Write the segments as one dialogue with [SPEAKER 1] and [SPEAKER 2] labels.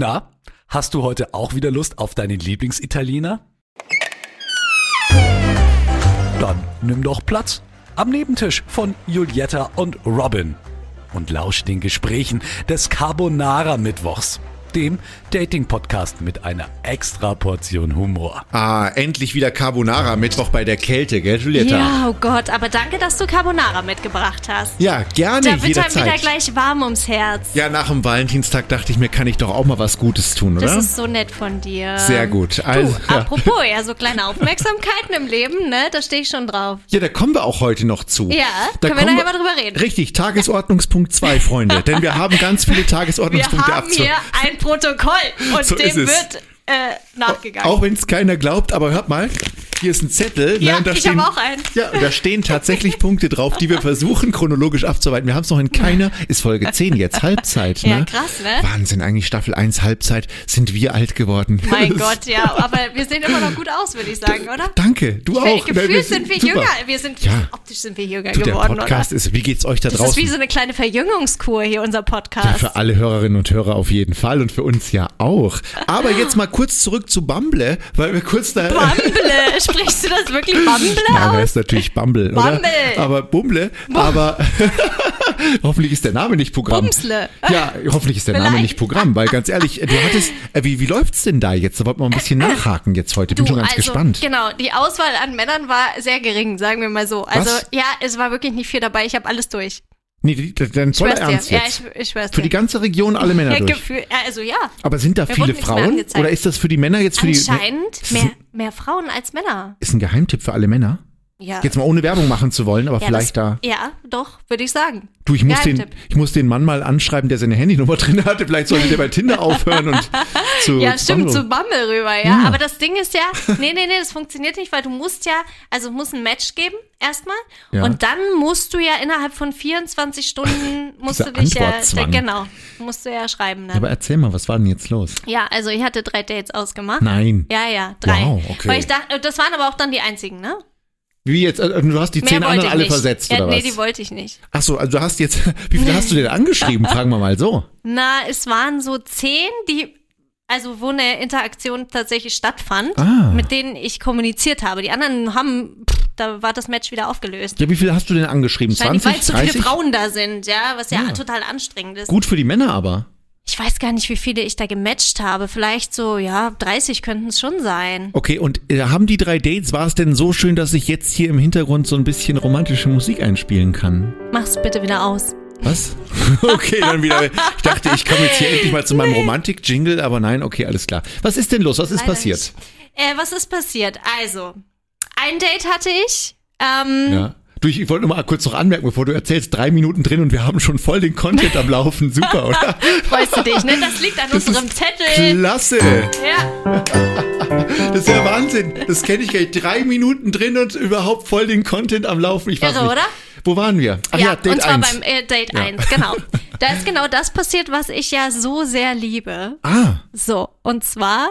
[SPEAKER 1] Na, hast du heute auch wieder Lust auf deinen Lieblingsitaliener? Dann nimm doch Platz am Nebentisch von Julietta und Robin und lausch den Gesprächen des Carbonara Mittwochs, dem Dating-Podcast mit einer extra Portion Humor.
[SPEAKER 2] Ah, endlich wieder Carbonara Mittwoch bei der Kälte, gell, Julietta?
[SPEAKER 3] Ja, oh Gott, aber danke, dass du Carbonara mitgebracht hast.
[SPEAKER 2] Ja, gerne
[SPEAKER 3] da wird einem
[SPEAKER 2] jederzeit.
[SPEAKER 3] wieder gleich warm ums Herz.
[SPEAKER 2] ja, nach dem Valentinstag dachte ich mir, kann ich doch auch mal was Gutes tun,
[SPEAKER 3] Das
[SPEAKER 2] oder?
[SPEAKER 3] ist so nett von dir.
[SPEAKER 2] Sehr gut. Also,
[SPEAKER 3] du,
[SPEAKER 2] ja.
[SPEAKER 3] apropos, ja, so kleine Aufmerksamkeiten im Leben, ne? Da stehe ich schon drauf.
[SPEAKER 2] ja, da kommen wir auch heute noch zu.
[SPEAKER 3] Ja,
[SPEAKER 2] da
[SPEAKER 3] können wir
[SPEAKER 2] kommen
[SPEAKER 3] nachher mal drüber reden.
[SPEAKER 2] Richtig, Tagesordnungspunkt 2, Freunde. denn wir haben ganz viele
[SPEAKER 3] Wir
[SPEAKER 2] Tagesordnungspunkte
[SPEAKER 3] haben hier ein Protokoll und
[SPEAKER 2] So
[SPEAKER 3] dem
[SPEAKER 2] ist es.
[SPEAKER 3] wird äh, nachgegangen.
[SPEAKER 2] Auch wenn es keiner glaubt, aber hört mal, hier ist ein Zettel.
[SPEAKER 3] Ja,
[SPEAKER 2] ne, und da
[SPEAKER 3] ich
[SPEAKER 2] stehen-
[SPEAKER 3] hab auch einen.
[SPEAKER 2] Ja, und da stehen tatsächlich Punkte drauf, die wir versuchen chronologisch abzuarbeiten. Wir haben es noch in keiner, ist Folge 10 jetzt, Halbzeit.
[SPEAKER 3] Ja,
[SPEAKER 2] ne?
[SPEAKER 3] krass, ne?
[SPEAKER 2] Wahnsinn, eigentlich Staffel 1 Halbzeit sind wir alt geworden.
[SPEAKER 3] mein Gott, ja, aber wir sehen immer noch gut aus, würde ich sagen, oder?
[SPEAKER 2] Danke, du
[SPEAKER 3] Weil
[SPEAKER 2] auch.
[SPEAKER 3] Gefühlt
[SPEAKER 2] Ne, wir
[SPEAKER 3] sind, wir
[SPEAKER 2] super.
[SPEAKER 3] jünger. Wir sind,
[SPEAKER 2] Ja.
[SPEAKER 3] optisch sind wir jünger
[SPEAKER 2] Du, der
[SPEAKER 3] geworden,
[SPEAKER 2] Podcast
[SPEAKER 3] oder?
[SPEAKER 2] ist, wie geht's euch da
[SPEAKER 3] Das
[SPEAKER 2] draußen?
[SPEAKER 3] ist wie so eine kleine Verjüngungskur hier, unser Podcast.
[SPEAKER 2] Ja, für alle Hörerinnen und Hörer auf jeden Fall und für uns ja auch. Aber jetzt mal kurz zurück zu Bumble, weil wir kurz da.
[SPEAKER 3] Bumble. Sprichst du das wirklich Bumble
[SPEAKER 2] Nein,
[SPEAKER 3] aus?
[SPEAKER 2] heißt natürlich Bumble, oder?
[SPEAKER 3] Bumble.
[SPEAKER 2] Aber Bumble, aber hoffentlich ist der Name nicht Programm.
[SPEAKER 3] Bumsle.
[SPEAKER 2] Ja, hoffentlich ist der Name
[SPEAKER 3] Vielleicht.
[SPEAKER 2] nicht Programm, weil ganz ehrlich, du hattest, äh, wie, wie läuft's denn da jetzt? Da wollten wir ein bisschen nachhaken jetzt heute, bin schon ganz
[SPEAKER 3] Äh, also,
[SPEAKER 2] gespannt.
[SPEAKER 3] Genau, die Auswahl an Männern war sehr gering, sagen wir mal so. Also
[SPEAKER 2] Was?
[SPEAKER 3] ja, es war wirklich nicht viel dabei. Ich habe alles durch.
[SPEAKER 2] Nee, die- die- dein
[SPEAKER 3] Ich
[SPEAKER 2] voller
[SPEAKER 3] schwör's
[SPEAKER 2] Ernst
[SPEAKER 3] dir.
[SPEAKER 2] jetzt.
[SPEAKER 3] Ja, ich, ich schwör's
[SPEAKER 2] für
[SPEAKER 3] dir.
[SPEAKER 2] die ganze Region alle Männer
[SPEAKER 3] ja,
[SPEAKER 2] durch.
[SPEAKER 3] Gefühl, ja, also ja.
[SPEAKER 2] Aber sind da
[SPEAKER 3] Mir
[SPEAKER 2] viele
[SPEAKER 3] wurde nichts mehr
[SPEAKER 2] Frauen?
[SPEAKER 3] angezeigt.
[SPEAKER 2] Oder ist das für die Männer jetzt für die.
[SPEAKER 3] Anscheinend
[SPEAKER 2] Ist das
[SPEAKER 3] mehr,
[SPEAKER 2] ein-
[SPEAKER 3] mehr Frauen als Männer.
[SPEAKER 2] Ist ein Geheimtipp für alle Männer?
[SPEAKER 3] Ja.
[SPEAKER 2] Jetzt mal ohne Werbung machen zu wollen, aber
[SPEAKER 3] ja,
[SPEAKER 2] vielleicht da.
[SPEAKER 3] das, Ja, doch, würde ich sagen.
[SPEAKER 2] Du, ich muss, den,
[SPEAKER 3] Geheimtipp.
[SPEAKER 2] ich muss den Mann mal anschreiben, der seine Handynummer drin hatte. Vielleicht sollte der bei Tinder aufhören und zu.
[SPEAKER 3] Ja, stimmt, zu
[SPEAKER 2] Bumble.
[SPEAKER 3] Bumble rüber, ja.
[SPEAKER 2] Ja.
[SPEAKER 3] Aber das Ding ist ja, nee, nee, nee, das funktioniert nicht, weil du musst ja, also muss ein Match geben erstmal.
[SPEAKER 2] Ja.
[SPEAKER 3] Und dann musst du ja innerhalb von 24 Stunden musst
[SPEAKER 2] Dieser
[SPEAKER 3] du dich ja,
[SPEAKER 2] Antwortzwang.
[SPEAKER 3] genau, musst du ja schreiben.
[SPEAKER 2] Aber
[SPEAKER 3] Dann.
[SPEAKER 2] erzähl mal, was war denn jetzt los?
[SPEAKER 3] Ja, also ich hatte drei Dates ausgemacht.
[SPEAKER 2] Nein.
[SPEAKER 3] Ja, ja, drei.
[SPEAKER 2] Wow, okay.
[SPEAKER 3] Weil ich dachte, das waren aber auch dann die einzigen, ne?
[SPEAKER 2] Wie jetzt? Äh, Du hast die
[SPEAKER 3] Mehr
[SPEAKER 2] zehn
[SPEAKER 3] wollte
[SPEAKER 2] anderen
[SPEAKER 3] ich
[SPEAKER 2] alle
[SPEAKER 3] nicht.
[SPEAKER 2] versetzt,
[SPEAKER 3] ja,
[SPEAKER 2] oder
[SPEAKER 3] Nee,
[SPEAKER 2] was?
[SPEAKER 3] die wollte ich nicht.
[SPEAKER 2] Ach so, also du hast jetzt. Wie viele hast du denn angeschrieben? Fragen wir mal so.
[SPEAKER 3] Na, es waren so zehn, die, also wo eine Interaktion tatsächlich stattfand,
[SPEAKER 2] Ah.
[SPEAKER 3] mit denen ich kommuniziert habe. Die anderen haben, pff, da war das Match wieder aufgelöst.
[SPEAKER 2] Ja, wie viele hast du denn angeschrieben?
[SPEAKER 3] Wahrscheinlich,
[SPEAKER 2] 20,
[SPEAKER 3] weil zu
[SPEAKER 2] 30?
[SPEAKER 3] viele Frauen da sind, ja, was ja,
[SPEAKER 2] Ja.
[SPEAKER 3] total anstrengend ist.
[SPEAKER 2] Gut für die Männer aber.
[SPEAKER 3] Ich weiß gar nicht, wie viele ich da gematcht habe. Vielleicht so, ja, 30 könnten es schon sein.
[SPEAKER 2] Okay, und äh, haben die drei Dates, war es denn so schön, dass ich jetzt hier im Hintergrund so ein bisschen romantische Musik einspielen kann?
[SPEAKER 3] Mach's bitte wieder aus.
[SPEAKER 2] Was? Okay, dann wieder. Ich dachte, ich komme jetzt hier endlich mal zu meinem Romantik-Jingle, aber nein, okay, alles klar. Was ist denn los? Was ist
[SPEAKER 3] Leider
[SPEAKER 2] passiert?
[SPEAKER 3] Äh, was ist passiert? Also, ein Date hatte ich. Ähm,
[SPEAKER 2] Ja. Du, ich wollte nur mal kurz noch anmerken, bevor du erzählst, drei Minuten drin und wir haben schon voll den Content am Laufen. Super, oder?
[SPEAKER 3] Freust du dich, ne? Das liegt an
[SPEAKER 2] Das
[SPEAKER 3] unserem
[SPEAKER 2] ist
[SPEAKER 3] Zettel.
[SPEAKER 2] Klasse!
[SPEAKER 3] Ja,
[SPEAKER 2] Das ist ja Wahnsinn. Das kenne ich gar nicht. Drei Minuten drin und überhaupt voll den Content am Laufen. Ich weiß
[SPEAKER 3] Irre,
[SPEAKER 2] nicht.
[SPEAKER 3] oder?
[SPEAKER 2] Wo waren wir? Ach ja,
[SPEAKER 3] ja,
[SPEAKER 2] Date
[SPEAKER 3] und zwar
[SPEAKER 2] 1.
[SPEAKER 3] beim äh, Date
[SPEAKER 2] Ja.
[SPEAKER 3] 1, genau. Da ist genau das passiert, was ich ja so sehr liebe.
[SPEAKER 2] ah,
[SPEAKER 3] So, und zwar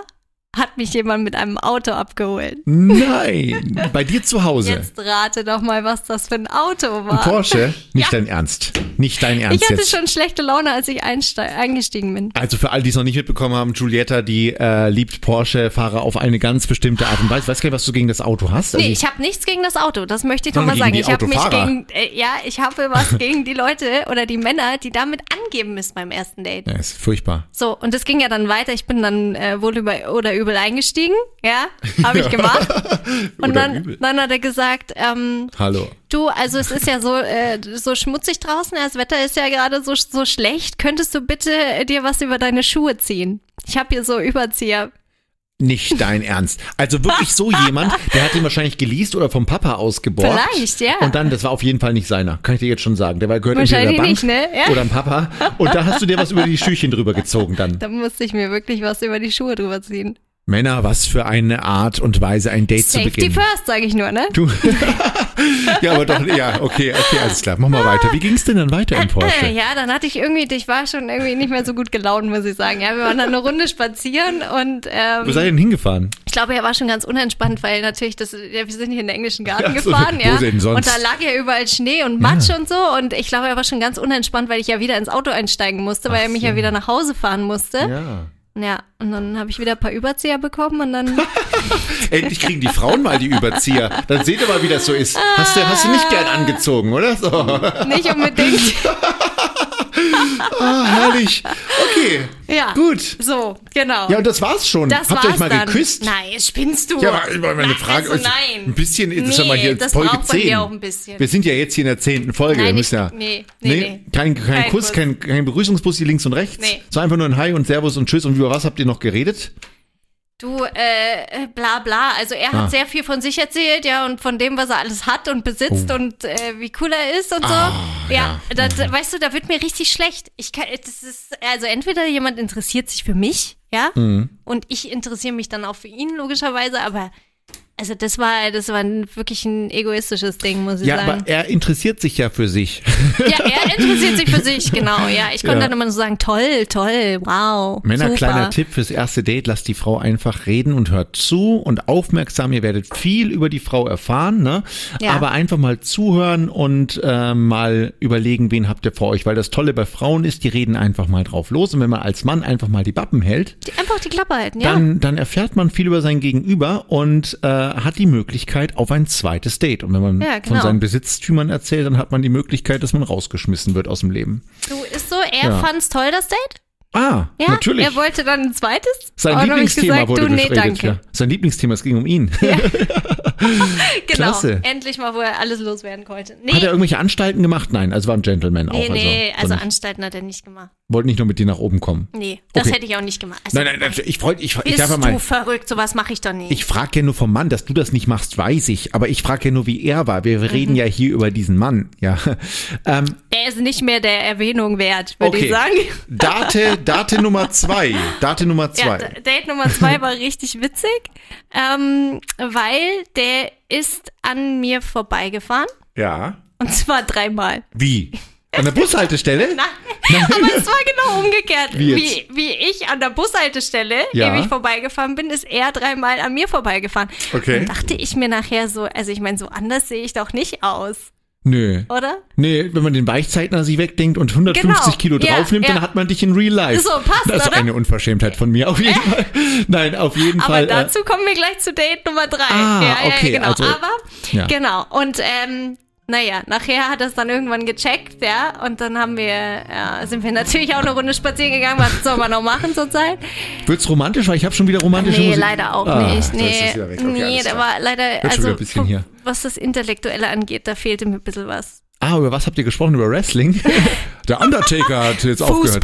[SPEAKER 3] hat mich jemand mit einem Auto abgeholt.
[SPEAKER 2] nein. Bei dir zu Hause.
[SPEAKER 3] Jetzt rate doch mal, was das für ein Auto
[SPEAKER 2] Ein
[SPEAKER 3] war.
[SPEAKER 2] Porsche? Nicht dein Ernst. Nicht dein Ernst
[SPEAKER 3] ich hatte
[SPEAKER 2] jetzt.
[SPEAKER 3] schon schlechte Laune, als ich einste- eingestiegen bin.
[SPEAKER 2] Also für all die es noch nicht mitbekommen haben, Giulietta, die äh, liebt Porsche-Fahrer auf eine ganz bestimmte Art und Weise. Weiß gar nicht, was du gegen das Auto hast. Also
[SPEAKER 3] Nee, ich habe nichts gegen das Auto, das möchte ich
[SPEAKER 2] Sondern
[SPEAKER 3] nochmal
[SPEAKER 2] gegen
[SPEAKER 3] sagen.
[SPEAKER 2] die
[SPEAKER 3] Ich habe mich
[SPEAKER 2] Autofahrer.
[SPEAKER 3] gegen, äh, ja, ich habe was gegen die Leute oder die Männer, die damit angeben müssen beim ersten Date.
[SPEAKER 2] ja, ist furchtbar.
[SPEAKER 3] So, und das ging ja dann weiter. Ich bin dann äh, wohl über oder übel eingestiegen, ja, habe ich gemacht. Und
[SPEAKER 2] Oder
[SPEAKER 3] dann,
[SPEAKER 2] übel.
[SPEAKER 3] dann hat er gesagt, ähm,
[SPEAKER 2] Hallo.
[SPEAKER 3] du, also es ist ja so, äh, so schmutzig draußen, das Wetter ist ja gerade so, so schlecht. Könntest du bitte äh, dir was über deine Schuhe ziehen? Ich habe hier so Überzieher.
[SPEAKER 2] Nicht dein Ernst. Also wirklich so jemand, der hat ihn wahrscheinlich geleast oder vom Papa ausgeborgt.
[SPEAKER 3] Vielleicht, ja.
[SPEAKER 2] Und dann, das war auf jeden Fall nicht seiner. Kann ich dir jetzt schon sagen. Der war gehört entweder der Bank
[SPEAKER 3] Wahrscheinlich nicht, ne? Ja.
[SPEAKER 2] oder dem Papa. Und da hast du dir was über die Schüchchen drüber gezogen dann.
[SPEAKER 3] Da musste ich mir wirklich was über die Schuhe drüber ziehen.
[SPEAKER 2] Männer, was für eine Art und Weise, ein Date zu
[SPEAKER 3] Safety
[SPEAKER 2] beginnen.
[SPEAKER 3] first, sage ich nur, ne?
[SPEAKER 2] Du. ja, aber doch, ja, okay, okay, alles klar. Mach mal weiter. Wie ging's denn dann weiter im Porsche?
[SPEAKER 3] Äh, Ja, dann hatte ich irgendwie, ich war schon irgendwie nicht mehr so gut gelaunt, muss ich sagen. Ja, wir waren dann eine Runde spazieren und
[SPEAKER 2] Wo seid
[SPEAKER 3] ähm,
[SPEAKER 2] ihr denn hingefahren?
[SPEAKER 3] ich glaube, er war schon ganz unentspannt, weil natürlich, das, ja, wir sind hier in den englischen Garten
[SPEAKER 2] Ja, so,
[SPEAKER 3] gefahren,
[SPEAKER 2] wo
[SPEAKER 3] ja.
[SPEAKER 2] denn sonst?
[SPEAKER 3] Und da lag ja überall Schnee und Matsch und so und ich glaube, er war schon ganz unentspannt, weil ich ja wieder ins Auto einsteigen musste, weil er mich ja wieder nach Hause fahren musste.
[SPEAKER 2] Ja.
[SPEAKER 3] Ja, und dann habe ich wieder ein paar Überzieher bekommen und dann.
[SPEAKER 2] Endlich kriegen die Frauen mal die Überzieher. Dann seht ihr mal, wie das so ist. Hast du, hast du nicht gern angezogen, oder? So.
[SPEAKER 3] Nicht unbedingt.
[SPEAKER 2] Ah, herrlich. Okay.
[SPEAKER 3] Ja.
[SPEAKER 2] Gut.
[SPEAKER 3] So, genau.
[SPEAKER 2] Ja, und das war's schon.
[SPEAKER 3] das
[SPEAKER 2] Habt ihr euch
[SPEAKER 3] war's
[SPEAKER 2] mal
[SPEAKER 3] dann.
[SPEAKER 2] geküsst?
[SPEAKER 3] Nein, spinnst du.
[SPEAKER 2] Ja, aber aber meine
[SPEAKER 3] Nein,
[SPEAKER 2] Frage.
[SPEAKER 3] Also,
[SPEAKER 2] also,
[SPEAKER 3] nein.
[SPEAKER 2] Ein bisschen, das ist ja
[SPEAKER 3] Nee,
[SPEAKER 2] mal hier
[SPEAKER 3] das
[SPEAKER 2] Folge
[SPEAKER 3] braucht bei
[SPEAKER 2] 10.
[SPEAKER 3] mir auch ein bisschen.
[SPEAKER 2] Wir sind ja jetzt hier in der zehnten Folge.
[SPEAKER 3] Nein,
[SPEAKER 2] wir
[SPEAKER 3] ich-
[SPEAKER 2] müssen ja,
[SPEAKER 3] nee, nee, nee.
[SPEAKER 2] Kein, kein,
[SPEAKER 3] Kein
[SPEAKER 2] Kuss,
[SPEAKER 3] Kuss.
[SPEAKER 2] kein, kein Begrüßungsbussi links und rechts.
[SPEAKER 3] Nee.
[SPEAKER 2] Es war einfach nur ein Hi und Servus und Tschüss und über was habt ihr noch geredet?
[SPEAKER 3] Du, äh, äh, bla bla. Also er
[SPEAKER 2] Ah.
[SPEAKER 3] hat sehr viel von sich erzählt, ja, und von dem, was er alles hat und besitzt
[SPEAKER 2] Oh.
[SPEAKER 3] und äh, wie cool er ist und so.
[SPEAKER 2] Ah,
[SPEAKER 3] ja, Das,
[SPEAKER 2] Mhm.
[SPEAKER 3] weißt du, da wird mir richtig schlecht. Ich kann, das ist, also entweder jemand interessiert sich für mich, ja,
[SPEAKER 2] Mhm.
[SPEAKER 3] und ich interessiere mich dann auch für ihn, logischerweise, aber also das war, das war ein, wirklich ein egoistisches Ding, muss ich
[SPEAKER 2] Ja,
[SPEAKER 3] sagen.
[SPEAKER 2] aber er interessiert sich ja für sich.
[SPEAKER 3] Ja, er interessiert sich für sich, genau, ja. Ich konnte
[SPEAKER 2] Ja.
[SPEAKER 3] dann immer nur sagen, toll, toll, wow.
[SPEAKER 2] Männer,
[SPEAKER 3] super.
[SPEAKER 2] kleiner Tipp fürs erste Date, lasst die Frau einfach reden und hört zu und aufmerksam. Ihr werdet viel über die Frau erfahren, ne?
[SPEAKER 3] Ja.
[SPEAKER 2] Aber einfach mal zuhören und äh, mal überlegen, wen habt ihr vor euch. Weil das Tolle bei Frauen ist, die reden einfach mal drauf los. Und wenn man als Mann einfach mal die Bappen hält,
[SPEAKER 3] Die- Einfach die Klappe halten, ja.
[SPEAKER 2] dann, dann erfährt man viel über sein Gegenüber und äh, hat die Möglichkeit auf ein zweites Date. Und wenn man
[SPEAKER 3] Ja, genau.
[SPEAKER 2] von seinen Besitztümern erzählt, dann hat man die Möglichkeit, dass man rausgeschmissen wird aus dem Leben.
[SPEAKER 3] Du ist so, er
[SPEAKER 2] Ja.
[SPEAKER 3] fand's toll, das Date?
[SPEAKER 2] Ah,
[SPEAKER 3] Ja,
[SPEAKER 2] natürlich.
[SPEAKER 3] er wollte dann ein zweites.
[SPEAKER 2] Sein
[SPEAKER 3] Und dann hab ich
[SPEAKER 2] Lieblingsthema
[SPEAKER 3] gesagt,
[SPEAKER 2] wurde
[SPEAKER 3] du, nee,
[SPEAKER 2] besprechen.
[SPEAKER 3] danke.
[SPEAKER 2] Ja. Sein Lieblingsthema, es ging um ihn.
[SPEAKER 3] Genau.
[SPEAKER 2] Klasse.
[SPEAKER 3] Endlich mal, wo er alles loswerden konnte. Nee,
[SPEAKER 2] Hat er irgendwelche Anstalten gemacht? Nein, also war ein Gentleman auch.
[SPEAKER 3] nee, nee,
[SPEAKER 2] also,
[SPEAKER 3] also
[SPEAKER 2] sondern
[SPEAKER 3] Anstalten hat er nicht gemacht.
[SPEAKER 2] wollte nicht nur mit dir nach oben kommen.
[SPEAKER 3] Nee, das
[SPEAKER 2] Okay.
[SPEAKER 3] hätte ich auch nicht gemacht. Also,
[SPEAKER 2] Nein, nein, nein, ich freue ich, ich
[SPEAKER 3] bist
[SPEAKER 2] darf ja
[SPEAKER 3] du
[SPEAKER 2] mal.
[SPEAKER 3] verrückt, sowas mache ich doch nicht.
[SPEAKER 2] Ich frage ja nur vom Mann, dass du das nicht machst, weiß ich. Aber ich frage ja nur, wie er war. Wir
[SPEAKER 3] Mhm.
[SPEAKER 2] reden ja hier über diesen Mann. Ja. Ähm,
[SPEAKER 3] der ist nicht mehr der Erwähnung wert, würde
[SPEAKER 2] okay.
[SPEAKER 3] ich sagen.
[SPEAKER 2] Date, Date Nummer zwei. Date Nummer
[SPEAKER 3] Ja,
[SPEAKER 2] zwei.
[SPEAKER 3] D- Date Nummer zwei war richtig witzig, ähm, weil der ist an mir vorbeigefahren.
[SPEAKER 2] ja.
[SPEAKER 3] Und zwar dreimal.
[SPEAKER 2] Wie? An der Bushaltestelle?
[SPEAKER 3] Nein, aber es war genau umgekehrt.
[SPEAKER 2] Wie
[SPEAKER 3] Wie,
[SPEAKER 2] jetzt?
[SPEAKER 3] wie, ich an der Bushaltestelle
[SPEAKER 2] Ja.
[SPEAKER 3] ewig vorbeigefahren bin, ist er dreimal an mir vorbeigefahren.
[SPEAKER 2] Okay.
[SPEAKER 3] Dann dachte ich mir nachher so, also ich meine, so anders sehe ich doch nicht aus,
[SPEAKER 2] Nö.
[SPEAKER 3] oder?
[SPEAKER 2] Nee, wenn man den Weichzeichner sich wegdenkt und 150
[SPEAKER 3] Genau.
[SPEAKER 2] Kilo
[SPEAKER 3] Ja,
[SPEAKER 2] draufnimmt, dann
[SPEAKER 3] ja.
[SPEAKER 2] hat man dich in real life.
[SPEAKER 3] So, passt,
[SPEAKER 2] Das ist
[SPEAKER 3] oder? Äh?
[SPEAKER 2] eine Unverschämtheit von mir auf jeden Fall. Nein, auf jeden
[SPEAKER 3] Aber
[SPEAKER 2] Fall. äh,
[SPEAKER 3] dazu kommen wir gleich zu Date Nummer drei.
[SPEAKER 2] Ah, okay,
[SPEAKER 3] genau.
[SPEAKER 2] also-
[SPEAKER 3] Aber,
[SPEAKER 2] Ja.
[SPEAKER 3] genau. Und, ähm, naja, nachher hat er es dann irgendwann gecheckt, ja. Und dann haben wir, ja, sind wir natürlich auch eine Runde spazieren gegangen. Was soll man noch machen zurzeit?
[SPEAKER 2] äh, wird's romantisch, weil ich habe schon wieder romantische
[SPEAKER 3] Nee,
[SPEAKER 2] Musik.
[SPEAKER 3] leider auch
[SPEAKER 2] Ah,
[SPEAKER 3] nicht.
[SPEAKER 2] da ist
[SPEAKER 3] Nee,
[SPEAKER 2] es wieder weg. Okay,
[SPEAKER 3] nee
[SPEAKER 2] alles
[SPEAKER 3] da
[SPEAKER 2] klar.
[SPEAKER 3] war leider,
[SPEAKER 2] schon wieder
[SPEAKER 3] also
[SPEAKER 2] ein bisschen
[SPEAKER 3] vom-
[SPEAKER 2] hier.
[SPEAKER 3] was das Intellektuelle angeht, da fehlte mir ein bisschen was.
[SPEAKER 2] Ah, über was habt ihr gesprochen? Über Wrestling? Der Undertaker hat jetzt aufgehört.